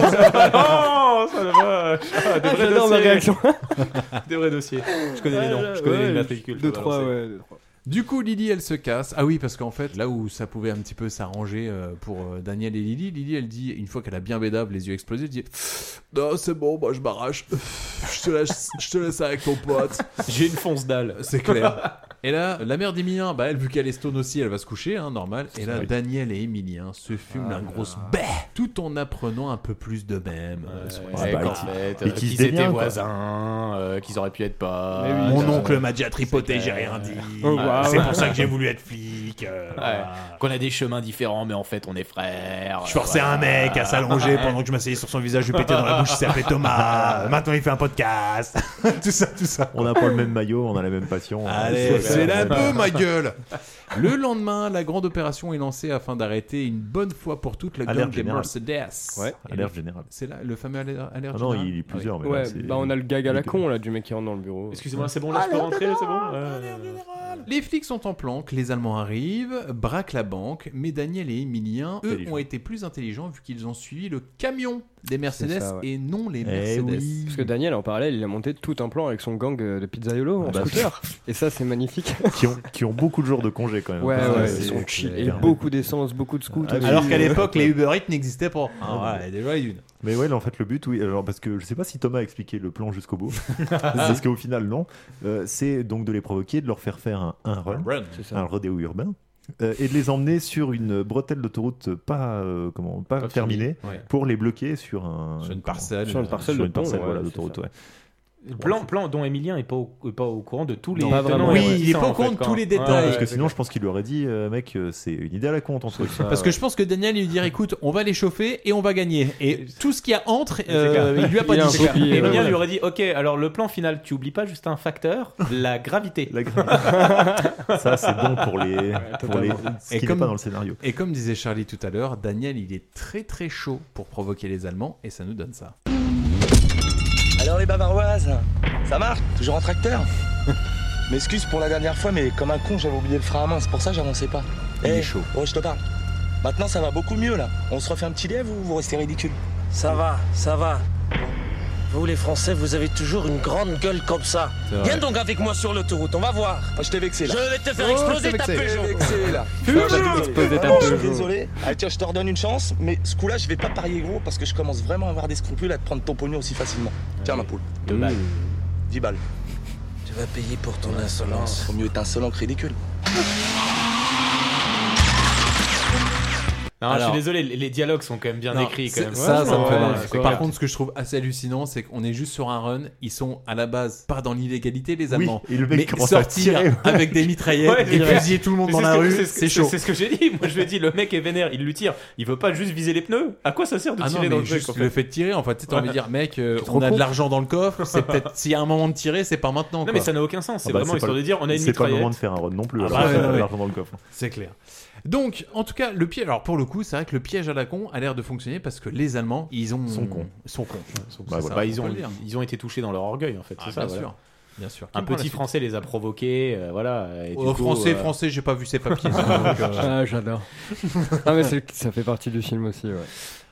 ça va, non, Oh, ça va. Ah, des
Ah,
vrais
j'adore ma
dossiers.
réaction.
Des vrais dossiers. Je connais les
Ouais,
noms, je connais les matricules. je
Deux,
peux
trois,
balancer.
ouais. deux, trois.
Du coup, Lily, elle se casse. Ah oui, parce qu'en fait, là où ça pouvait un petit peu s'arranger euh, pour euh, Daniel et Lily, Lily, elle dit, une fois qu'elle a bien bédave, les yeux explosés, elle dit Non, c'est bon, moi je m'arrache. Je te laisse, je te laisse ça avec ton pote.
J'ai une fonce dalle.
C'est clair. Et là, la mère d'Emilien, bah elle, vu qu'elle est stone aussi, elle va se coucher, hein, normal. Et là,
vrai.
Daniel et Emilien se fument
Ah
la grosse
là.
baie, tout en apprenant un peu plus d'eux-mêmes. euh, sur les
Ouais,
écoles.
qu'en fait, euh, qu'ils étaient voisins, euh, qu'ils auraient pu être pas.
Mais oui, Mon
euh,
oncle m'a déjà tripoté,
c'est
j'ai
clair.
rien dit.
Oh, wow.
C'est pour ça que j'ai voulu être flic. euh,
Ouais.
voilà.
Qu'on a des chemins différents, mais en fait, on est frères.
Je forçais un mec à s'allonger pendant que je m'asseyais sur son visage, je lui pétais dans la bouche, il s'appelait Thomas. Maintenant il fait un podcast. tout ça, tout ça.
On n'a pas le même maillot, on a la même passion. hein.
Allez, c'est la
peu
peu, ma gueule Le lendemain, la grande opération est lancée afin d'arrêter une bonne fois pour toutes la
Alerte
gang des
générale.
Mercedes.
Ouais,
Et
alerte
le-
générale.
C'est là le fameux aller- alerte
Ah non,
générale
il est plusieurs,
Ah oui.
mais là,
Ouais,
c'est-
bah on a le gag à la con là du mec qui rentre dans le bureau.
Excusez-moi, c'est bon, là, je peux rentrer, c'est bon
Les flics sont en planque, les Allemands arrivent, braquent la banque, mais Daniel et Emilien, eux, ont été plus intelligents vu qu'ils ont suivi le camion des Mercedes
ça, ouais.
et non les Mercedes.
Parce que Daniel, en parallèle, il a monté tout un plan avec son gang euh, de pizzaiolo en
Bah,
scooter. Et ça, c'est magnifique.
qui, ont, qui ont beaucoup de jours de congé quand même.
Ouais,
Ça,
ouais, Ah
c'est-
ils sont chill.
c'est
Et
clair.
beaucoup d'essence, beaucoup de Euh, scooters.
Alors qu'à l'époque, les Uber Eats n'existaient pas. Ah,
Ouais,
voilà,
mais-
et déjà une.
Mais ouais, là, en fait, le but, oui, alors parce que je sais pas si Thomas a expliqué le plan jusqu'au bout, parce qu'au final, non. Euh, c'est donc de les provoquer, de leur faire faire un, un run,
Un run. C'est ça.
un rodéo urbain. euh, et de les emmener sur une bretelle d'autoroute pas euh, comment pas,
Pas finie,
terminée
ouais.
pour les bloquer sur un
Sur une
comment-
parcelle.
sur une parcelle,
Sur
de
une parcelle,
pont, voilà,
ouais,
d'autoroute ouais.
Plan, plan dont Emilien est pas au, pas au courant de tous les.
Non, pas
tenants
vraiment.
et
Oui, il est
aboutissants,
pas au
en
courant
fait,
de tous
quand-
les
Ouais,
Ah,
détails.
ouais,
parce que
c'est
sinon je pense qu'il lui aurait dit euh, mec euh, c'est une idée à la con ton truc
Parce que je pense que Daniel il lui dirait écoute, on va les chauffer et on va gagner. Et tout ce qu'il y a entre,
C'est
euh,
clair.
il lui a pas dit.
C'est clair. Et Mia lui aurait dit Ok, alors le plan final, tu oublies pas juste un facteur, la gravité.
ça c'est bon pour les pour les ce
Et
qui n'est
comme-
pas dans le scénario
Et comme disait Charlie tout à l'heure, Daniel il est très très chaud pour provoquer les Allemands et ça nous donne ça.
Alors les bavaroises, ça marche Toujours en tracteur M'excuse pour la dernière fois, mais comme un con, j'avais oublié le frein à main, c'est pour ça que j'avançais pas.
Il
Eh,
est chaud.
Oh, je te parle. Maintenant, ça va beaucoup mieux, là. On se refait un petit lièvre ou vous restez ridicule
Ça va, ça va. Vous les Français, vous avez toujours une grande gueule comme ça.
C'est vrai. Ah,
Viens donc avec moi sur l'autoroute, on va voir.
Je t'ai vexé, là. Oh,
Je vais te faire exploser ta Peugeot.
Peugeot
Exploser ta
Oh, Je suis
Peugeot.
désolé. Allez, tiens, je te redonne une chance, mais ce coup-là, je vais pas parier gros parce que je commence vraiment à avoir des scrupules à te prendre ton pognon aussi facilement. Tiens, ma poule.
Deux balles.
10 Hmm. balles.
Tu vas payer pour ton insolence.
Vaut mieux être insolent que ridicule.
Non, je
Alors-
suis désolé, les- les dialogues sont quand même bien
Non,
écrits. Quand
c'est-
même.
Ça, ça me fait
Ouais,
mal.
c'est
Par
clair.
contre, ce que je trouve assez hallucinant, c'est qu'on est juste sur un run. Ils sont à la base pas dans l'illégalité, les
Oui,
Allemands.
et le mec
mais
commence à
sortir
tirer, ouais.
avec des mitraillettes
Ouais,
et
c'est clair.
fusiller tout le monde
Mais
dans
c'est
la
ce que-
rue,
c'est ce que-
c'est chaud.
C'est ce que j'ai dit. Moi, je lui ai dit le mec est vénère, il lui tire. Il veut pas juste viser les pneus. À quoi ça sert de
Ah non,
tirer
mais
dans le truc
juste
en fait
le fait de tirer, en fait, tu sais, t'as envie de
Ouais.
dire, mec, euh,
Tu
on
te
a
rends
de
compte
l'argent dans le coffre, c'est peut-être s'il y a un moment de tirer, c'est pas maintenant.
Non,
quoi. bah,
mais ça n'a aucun sens. C'est vraiment histoire de dire on a une
c'est pas le moment
mitraillette.
de faire un run non plus
Ah
alors
bah,
ça,
ouais, Bah, ouais.
l'argent dans le coffre
C'est clair. Donc, en tout cas, le piège. Alors, pour le coup, c'est vrai que le piège à la con a l'air de fonctionner parce que les Allemands, ils ont
Sont cons.
sont cons.
Sont
C'est
cons.
ça,
Bah, ils
on peut
ont
le dire.
ils ont été touchés dans leur orgueil en fait.
Ah,
c'est ça,
bien
voilà.
sûr. Bien sûr.
Un petit français les a provoqués, euh, voilà. et du
Euh,
coup,
français,
euh,
français, j'ai pas vu ses papiers. euh,
Ah, j'adore. ah, mais c'est- ça fait partie du film aussi, ouais.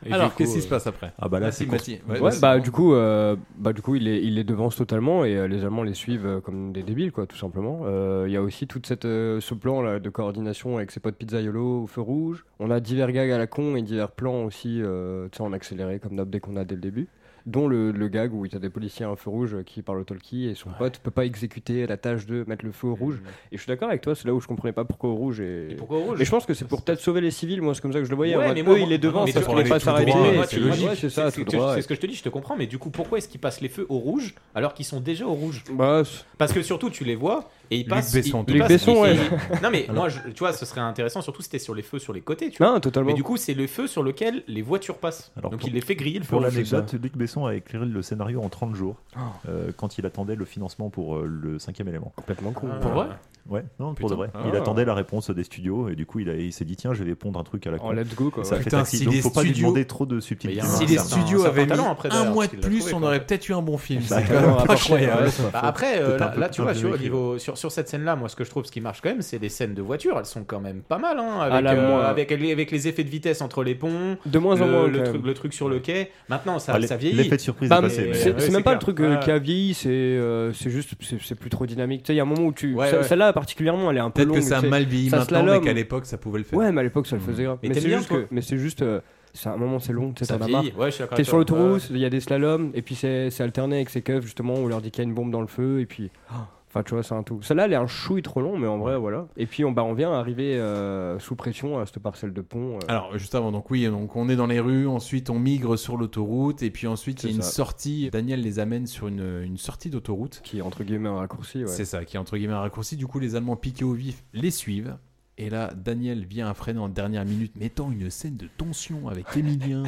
Et Alors, du coup, qu'est-ce
euh,
qui se passe après
Ah, bah là,
Mathis,
c'est
Mathis,
court.
ouais,
Ouais,
vas-y.
bah du coup, euh, bah du coup, il les, il les devance totalement et euh, les Allemands les suivent euh, comme des débiles, quoi, tout simplement. Euh, Il y a aussi toute cette euh, ce plan là de coordination avec ses potes pizzaiolo au feu rouge. On a divers gags à la con et divers plans aussi, euh, tu sais, en accéléré comme d'hab dès qu'on a dès le début. Dont le, le gag où il y a des policiers à un feu rouge euh, qui parlent au talkie et son pote peut pas exécuter la tâche de mettre le feu au rouge. Et je suis d'accord avec toi, c'est là où je comprenais pas pourquoi au rouge. Et,
pourquoi au rouge
Mais je pense que c'est pour peut-être sauver les civils, moi c'est comme ça que je le voyais.
Ouais,
en mode,
mais moi,
eux,
moi-
il les devance
mais
parce
ça,
qu'ils
on
veulent
les
pas
tout droit,
s'arrêter.
mais moi,
et-
tu-
ouais,
moi,
c'est ça,
ce
tout
que-
droit.
C'est ce que je te dis, je te comprends, mais du coup, pourquoi est-ce qu'ils passent les feux au rouge alors qu'ils sont déjà au rouge
Bah,
Parce que surtout, tu les vois et ils
Luc
passent.
Besson,
ils- ils
Luc
passent-
Besson,
ils-
ouais.
ils- Non, mais
Alors.
moi, je- tu vois, ce serait intéressant, surtout si c'était sur les feux sur les côtés, tu vois.
Non, totalement.
Mais du coup, c'est le feu sur lequel les voitures passent. Donc, il les fait griller le feu
Pour
au rouge.
l'anecdote, Luc Besson a écrit le scénario en 30 jours
Ah.
euh, quand il attendait le financement pour euh, le cinquième élément.
Complètement con.
Pour vrai
Ouais, non, pour de vrai.
Putain.
Il
Ah.
attendait la réponse des studios et du coup il, a- il s'est dit tiens, je vais pondre un truc à la con.
Oh, let's go, quoi.
Et Ça a fait
Putain,
taxi.
si
Donc
les
faut pas lui
studios-
demander trop de subtilités.
Si les studios avaient mis un mois de plus, on aurait peut-être eu un bon film.
Bah,
C'est quand même
ouais,
pas hein. incroyable.
Bah, après, euh,
Peut-être un
là,
peu
là,
plus
tu vois,
bien
sur, au
écrit.
niveau, sur, sur cette scène-là, moi, ce que je trouve, ce qui marche quand même, c'est les scènes de voiture. Elles sont quand même pas mal, hein,
À
avec,
la
euh,
moins.
avec, avec les effets de vitesse entre les ponts.
De moins en
le,
moins,
Le,
quand
truc,
même.
le truc sur le quai. Maintenant, ça,
Ah,
ça
l'e-
vieillit.
l'effet de surprise
Bah,
est
mais
passé,
c'est
mais-
c'est
Ouais,
même
c'est
pas
clair.
le truc euh,
Ouais.
qui a vieilli, c'est euh, c'est juste, c'est c'est plus trop dynamique. Tu sais, il y a un moment où tu.
Ouais,
ce-
ouais.
Celle-là, particulièrement, elle est un peu
Peut-être
longue.
que ça a
tu sais.
mal vieilli
Ça
maintenant, mais
slalom.
qu'à l'époque, ça pouvait le faire.
Ouais, mais à l'époque, ça le faisait grave.
Mais
Mais
t'aimes
c'est
bien,
juste
toi
que. Mais c'est juste. euh, c'est un moment, c'est long, tu sais,
Ça
t'en as marre.
vieillit. Ouais, je suis d'accord
T'es
avec
sur
toi.
l'autoroute, il y a des slaloms, et puis c'est c'est alterné avec ces keufs, justement, où on leur dit qu'il y a une bombe dans le feu, et puis. Enfin, tu vois, c'est un tout. Celle-là, elle est un chouille trop long, mais en vrai, voilà. Et puis, on, bah, on vient arriver euh, sous pression à cette parcelle de pont. euh,
Alors, juste avant, donc oui, donc on est dans les rues, ensuite on migre sur l'autoroute, et puis ensuite il y a
C'est
une
ça.
sortie. Daniel les amène sur une, une sortie d'autoroute.
Qui est entre guillemets un raccourci,
C'est ça, qui est entre guillemets un raccourci. Du coup, les Allemands piqués au vif les suivent. Et là, Daniel vient à freiner en dernière minute, mettant une scène de tension avec Emilien.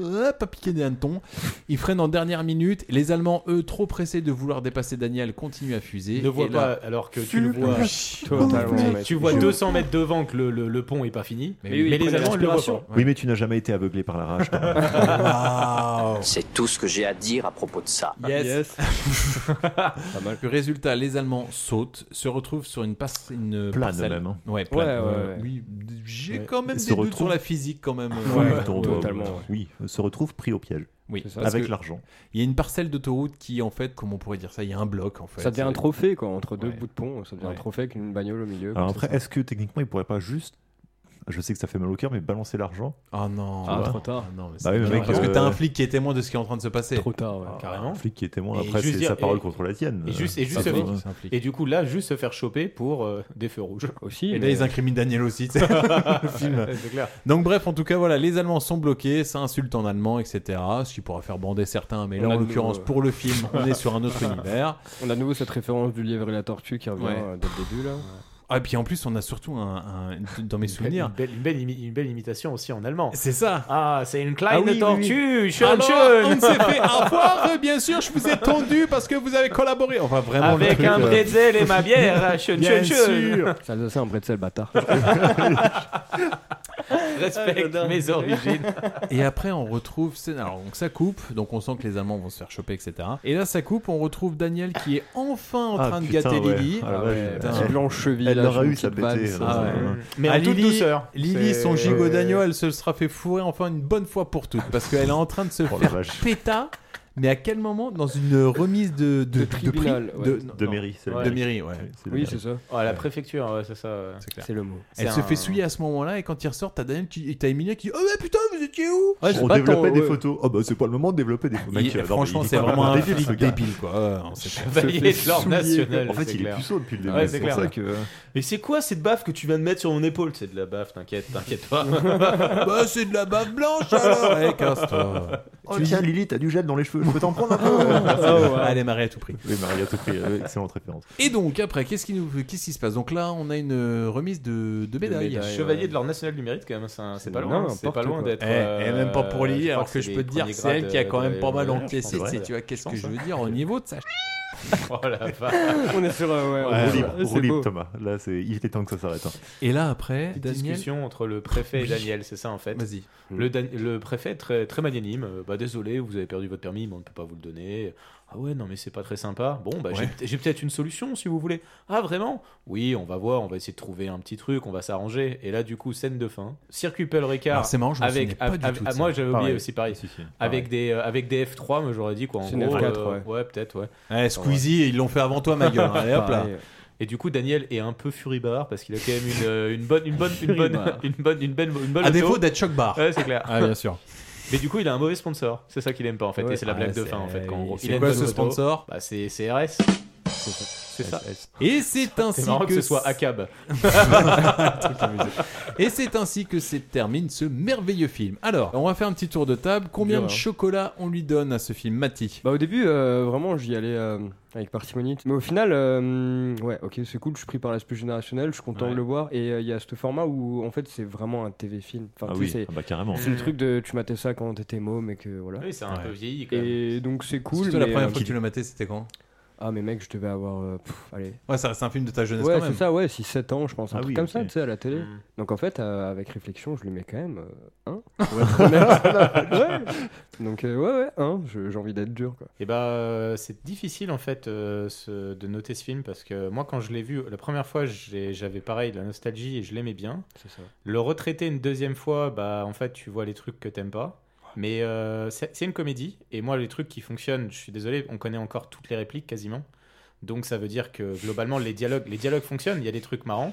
Euh, Hop, à piquer des hannetons. Il freine en dernière minute. Les Allemands, eux, trop pressés de vouloir dépasser Daniel, continuent à fuser.
Ne vois
Et là-
pas, alors que tu le vois.
Totalement, mec.
tu vois 200 mètres devant que le, le- le pont est pas fini. Mais,
oui, ils
les
prennent
Allemands, ils le voient
l'aspiration.
pas.
Oui, mais tu n'as jamais été aveuglé par la rage. toi.
C'est tout ce que j'ai à dire à propos de ça.
Ah,
Ah,
Yes. Puis résultat, les Allemands sautent, se retrouvent sur une passe, une
Plane
parcelle.
même, hein.
Ouais, plane.
Ouais, ouais,
Euh,
ouais.
Oui, j'ai
Ouais.
quand même
Et
des
se
doutes
retrouvent-
sur la physique quand même.
Oui,
Ouais,
on-
ouais,
totalement, ouais.
Oui, se retrouve pris au piège.
Oui, parce
avec
que
l'argent.
Il y a une parcelle d'autoroute qui, en fait, comme on pourrait dire ça, il y a un bloc en fait.
Ça devient un trophée, quoi, entre deux
Ouais.
bouts de pont. Ça devient
Ouais.
un trophée avec une bagnole au milieu.
Alors
comme ça.
après, est-ce que techniquement il pourrait pas juste, je sais que ça fait mal au cœur, mais balancer l'argent
Oh non,
Tu vois
tard. non, mais
Bah oui,
c'est
mais
bien,
mec,
parce que
euh,
t'as un flic qui est témoin de ce qui est en train de se passer.
Trop tard, ouais.
Carrément.
Un flic qui est témoin,
Et
après
juste
c'est
dire-
sa parole
et-
contre la tienne.
Et juste, et,
Euh,
juste
ça
se-
va.
c'est un flic.
et du coup, là, juste se faire choper pour euh, des feux rouges.
Et
Aussi.
là,
mais-
ils incriminent Daniel aussi, tu sais, le film.
C'est clair.
Donc, bref, en tout cas, voilà, les Allemands sont bloqués, ça insulte en allemand, etc. Ce qui pourra faire bander certains, mais là,
On a
en
de
l'occurrence,
nouveau-
pour le film, on est sur un autre univers.
On a de nouveau cette référence du lièvre et la tortue qui revient
Ouais.
euh, dès le début, là.
Ah, et puis en plus, on a surtout un, un- dans mes
Une
souvenirs.
belle, une belle imi- une belle imitation aussi en allemand.
C'est ça.
Ah, c'est une
Ah
kleine
oui, oui, oui.
tortue, schön,
Alors,
schön.
on s'est fait avoir, bien sûr, je vous ai tendu parce que vous avez collaboré. Enfin, vraiment, le
Avec
truc,
un
euh,
bretzel et ma bière, schön,
Bien
schön, schön.
sûr.
Ça faisait ça un bretzel, bâtard.
Ah,
Respecte mes origines.
Et après, on retrouve. c'est- Alors, donc ça coupe, donc on sent que les Allemands vont se faire choper, etc. Et là, ça coupe, on retrouve Daniel qui est enfin en
Ah,
train de
putain,
gâter
ouais.
Lily.
Ah, la vache.
putain.
Petit blanc cheville.
Elle
là,
l'aura
j'ai une
eu, sa
petite euh, vanne,
pété.
ça.
Ah,
ça.
ouais.
Mais en
Ah,
toute
Lily-
douceur.
Lily,
C'est-
son gigot d'agneau, elle se le sera fait fourrer enfin une bonne fois pour toutes parce qu'elle est en train de se
Oh la
faire
vache.
péta. Mais à quel moment Dans une remise de, de,
De
de prix
tribunal, ouais.
de, non,
De
non.
mairie, c'est la
De
mairie.
mairie, ouais.
C'est la
Oui,
mairie.
c'est ça.
Oh, à la préfecture, ouais, c'est ça. ouais.
clair.
C'est le mot.
Elle
C'est
se
un-
fait souiller à ce moment-là et quand il ressort, t'as Daniel qui, t'as Emilia qui, oh mais putain, vous étiez où
Ouais, c'est
on
pas tant,
développait des
ouais.
photos. Oh bah c'est pas le moment de développer des photos.
Il-
Mec, euh, non,
Franchement,
mais il est
c'est vraiment un
débile,
flic
ce gars.
débile, quoi. Ouais, on sait pas.
Chevalier de l'ordre
Souillé.
national.
En fait, il est
clair.
puceau depuis le début.
Ouais, c'est clair.
pour ça que.
Mais c'est quoi cette baffe que tu viens de mettre sur mon épaule C'est de la baffe, t'inquiète, t'inquiète pas.
Bah, c'est de la bave blanche alors Ouais, casse-toi.
Oh tiens, Lily, t'as du gel dans les cheveux. Je peux t'en prendre un peu
Ah,
Allez, marée à tout prix.
Oui, Maria Toffé, euh, excellente référence.
Et donc, après, qu'est-ce qui, nous... qu'est-ce qui se passe Donc là, on a une euh, remise de, Euh, de médailles.
médailles. Ouais,
Chevalier
ouais.
de l'ordre national du mérite, quand même, c'est un- c'est pas
Non,
loin.
n'importe
C'est pas loin
quoi.
d'être.
Eh,
euh,
et même pas pour Lily,
crois
alors
que
que
c'est
je
les
peux te dire,
premiers
c'est elle
grades
qui a quand
de-
même pas mal
de-
encaissé.
je pense,
tu sais,
ouais.
Tu vois, qu'est-ce que
Je
je
pense, hein.
veux dire au niveau de ça
Oh la vache.
On est sur. euh, ouais,
Roue
on-
libre,
c'est
roue libre,
beau.
Thomas. Là, c'est- il était temps que ça s'arrête. hein.
Et là, après,
Petite
Daniel.
discussion entre le préfet et Daniel, c'est ça en fait.
Vas-y.
Le, Dan- le préfet est très, très magnanime. Euh, Bah désolé, vous avez perdu votre permis, mais on ne peut pas vous le donner. Ah ouais, non, mais c'est pas très sympa. Bon, bah, j'ai- j'ai peut-être une solution si vous voulez. Ah, vraiment Oui, on va voir, on va essayer de trouver un petit truc, on va s'arranger. Et là, du coup, scène de fin. Circuit Paul Ricard.
Alors, c'est marrant, je me
avec,
souvenais pas du
avec-
tout de ça.
Moi, j'avais oublié
Pareil.
aussi, pareil.
Si, si.
Avec, des, euh, avec des F3, moi, j'aurais dit quoi. En
C'est
gros,
9-4,
euh,
ouais.
ouais, peut-être, ouais.
Ouais, Eh, Squeezie, ils l'ont fait avant toi, ma gueule. Allez, hop là. Pareil.
Et du coup, Daniel est un peu furibard parce qu'il a quand même une, euh, une bonne, une bonne, une bonne,
Furibard.
une bonne, une belle, une bonne
À
auto.
défaut d'être choc bar.
Ouais, c'est clair.
Ah, bien sûr.
Mais du coup, il a un mauvais sponsor. C'est ça qu'il aime pas en fait.
Ouais.
Et c'est la
Ah,
blague de
c'est-
fin en fait. Quand, en gros,
c'est
il a une
quoi
bonne
ce
auto.
sponsor
Bah, c'est c'est RS. C'est ça.
Et c'est ainsi
marrant que ce
c-
soit ACAB.
Et c'est ainsi que se termine ce merveilleux film. Alors, on va faire un petit tour de table. Combien
Dur,
de
hein.
chocolat on lui donne à ce film, Mati
Bah, au début, euh, vraiment, j'y allais euh, avec parcimonie. Mais au final, euh, ouais, ok, c'est cool, je suis pris par l'aspect générationnel, je suis content de le voir. Et euh, il y a ce format où, en fait, c'est vraiment un TV-film. Enfin,
Ah
tu
oui,
sais,
ah bah, carrément.
C'est le truc de tu matais ça quand t'étais môme et que voilà.
Oui, c'est un peu vieilli, quand même.
Et donc, c'est cool.
Parce que toi, la
mais,
première
euh,
fois que tu l'as maté, c'était quand
Ah, mais mec, je devais avoir. euh, pff, allez.
Ouais, ça reste un film de ta jeunesse
Ouais,
quand même.
c'est ça, ouais, 6-7 ans, je pense, un
Ah
truc
oui,
comme
ok.
ça, tu sais, à la
Mm.
télé.
Hmm.
Donc en fait, euh, avec réflexion, je lui mets quand même euh, un. Pour être honnête. Ouais. Donc euh, ouais, ouais, un, je- j'ai envie d'être dur, quoi.
Et bah, euh, c'est difficile en fait euh, ce- de noter ce film parce que moi, quand je l'ai vu la première fois, j'ai- j'avais pareil de la nostalgie et je l'aimais bien.
C'est ça.
Le retraiter une deuxième fois, bah en fait, tu vois les trucs que t'aimes pas. Mais euh, c'est c'est une comédie et moi, les trucs qui fonctionnent, je suis désolé, on connaît encore toutes les répliques quasiment. Donc ça veut dire que globalement, les dialogues, les dialogues fonctionnent. Il y a des trucs marrants.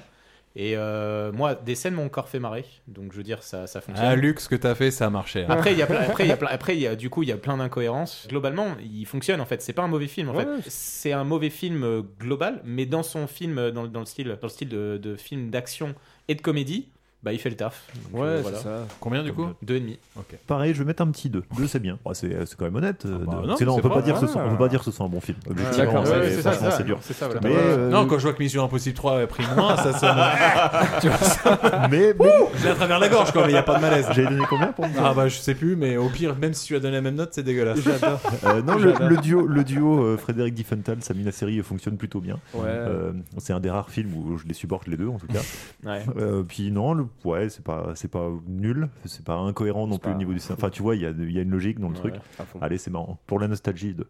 Et euh, moi, des scènes m'ont encore fait marrer. Donc je veux dire, ça, ça fonctionne.
Ah, Luc, ce que t'as fait, ça a marché. hein.
Après, il y a plein- après, il y a plein- après, il y a- du coup, il y a plein d'incohérences. Globalement, il fonctionne en fait. C'est pas un mauvais film en
Ouais, ouais.
fait. C'est un mauvais film euh, global, mais dans son film, euh, dans, le- dans le style, dans le style de, de film d'action et de comédie, bah il fait le taf. Donc,
Ouais,
euh,
c'est
voilà.
ça.
Combien du coup
Deux et demi.
Pareil, je vais mettre un petit 2. 2, c'est bien. Bon, c'est c'est quand même honnête. euh,
bah
deux.
non,
C'est là, on
c'est
peut
pas-
pas dire que ce soit-
ah.
on peut pas dire que ce soit un bon film. Objectivement,
D'accord.
c'est-
Ouais, ouais, c'est ça,
franchement,
c'est ça.
c'est dur.
C'est ça, voilà.
Mais, euh,
bah, Non, quand je vois que Mission Impossible 3 a pris moins, ça sonne. tu vois, ça-
Mais
J'ai à travers la gorge quand même, il n'y a pas de malaise.
J'avais donné combien pour
Ah bah je sais plus, mais au pire, même si tu as donné la même note, c'est dégueulasse.
Euh,
Oh,
non, le, le duo, le duo euh, Frédéric Diffenthal, Samina Seri fonctionne plutôt bien.
Ouais.
Euh, c'est un des rares films où je les supporte les deux en tout cas.
Ouais.
Euh, puis non, le, ouais, c'est pas, c'est pas nul, c'est pas incohérent non plus au niveau du. Enfin, tu vois, il y a, il y a une logique dans le
Ouais,
truc.
à fond.
Allez, c'est marrant. Pour la nostalgie de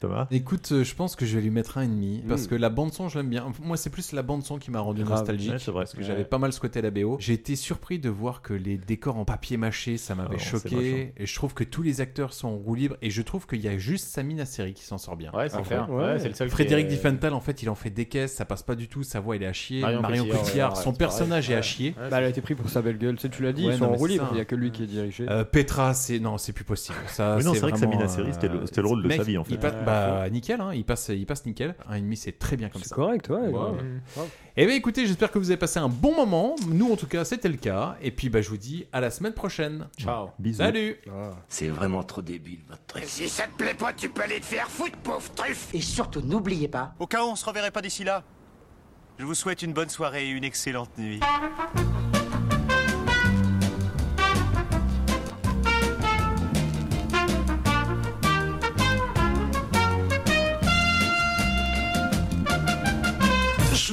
Thomas.
Écoute, euh, je pense que je vais lui mettre un et demi parce
Mm.
que la bande son, je l'aime bien. Moi, c'est plus la bande son qui m'a rendu
Grave.
nostalgique
Ouais, c'est vrai.
parce que
Ouais.
j'avais pas mal squatté la BO. J'ai été surpris de voir que les décors en papier mâché, ça m'avait
Ah, c'est
choqué
vachement.
et je trouve que tous les acteurs sont en roue libre et je trouve qu'il y a juste Samina Seri qui s'en sort bien.
Ouais, c'est
Ah,
clair.
ouais.
Ouais, c'est le seul qui
Frédéric
est-
Diffenthal, en fait, il en fait des caisses, ça passe pas du tout, sa voix elle est à chier.
Marion
Marion,
Cotillard,
Cotillard,
ouais, ouais,
son
c'est
personnage
pareil.
est à chier.
Bah, elle a été prise pour sa belle gueule, tu sais, tu l'as dit,
Ouais,
ils sont
non,
en
mais
roue
c'est
libre,
ça.
il n'y a que lui qui est dirigé.
Euh, Petra, c'est non, c'est plus possible. Ça,
Mais non, c'est vrai que
vraiment,
Samina Seri, c'était le-
euh,
c'était le rôle de
mec,
sa vie, en fait.
il passe-
Ouais.
bah, nickel, hein, il passe, il passe nickel. Un et demi, c'est très bien comme ça. C'est
correct, ouais. grave.
Et bien, écoutez, j'espère que vous avez passé un bon moment. Nous, en tout cas, c'était le cas. Et puis, bah, je vous dis à la semaine prochaine. Ciao.
Bisous.
Salut.
C'est vraiment trop débile, votre truc.
Si ça te plaît pas, tu peux aller te faire foutre, pauvre truffe
Et surtout, n'oubliez pas.
Au cas où on se reverrait pas d'ici là, je vous souhaite une bonne soirée et une excellente nuit.
Je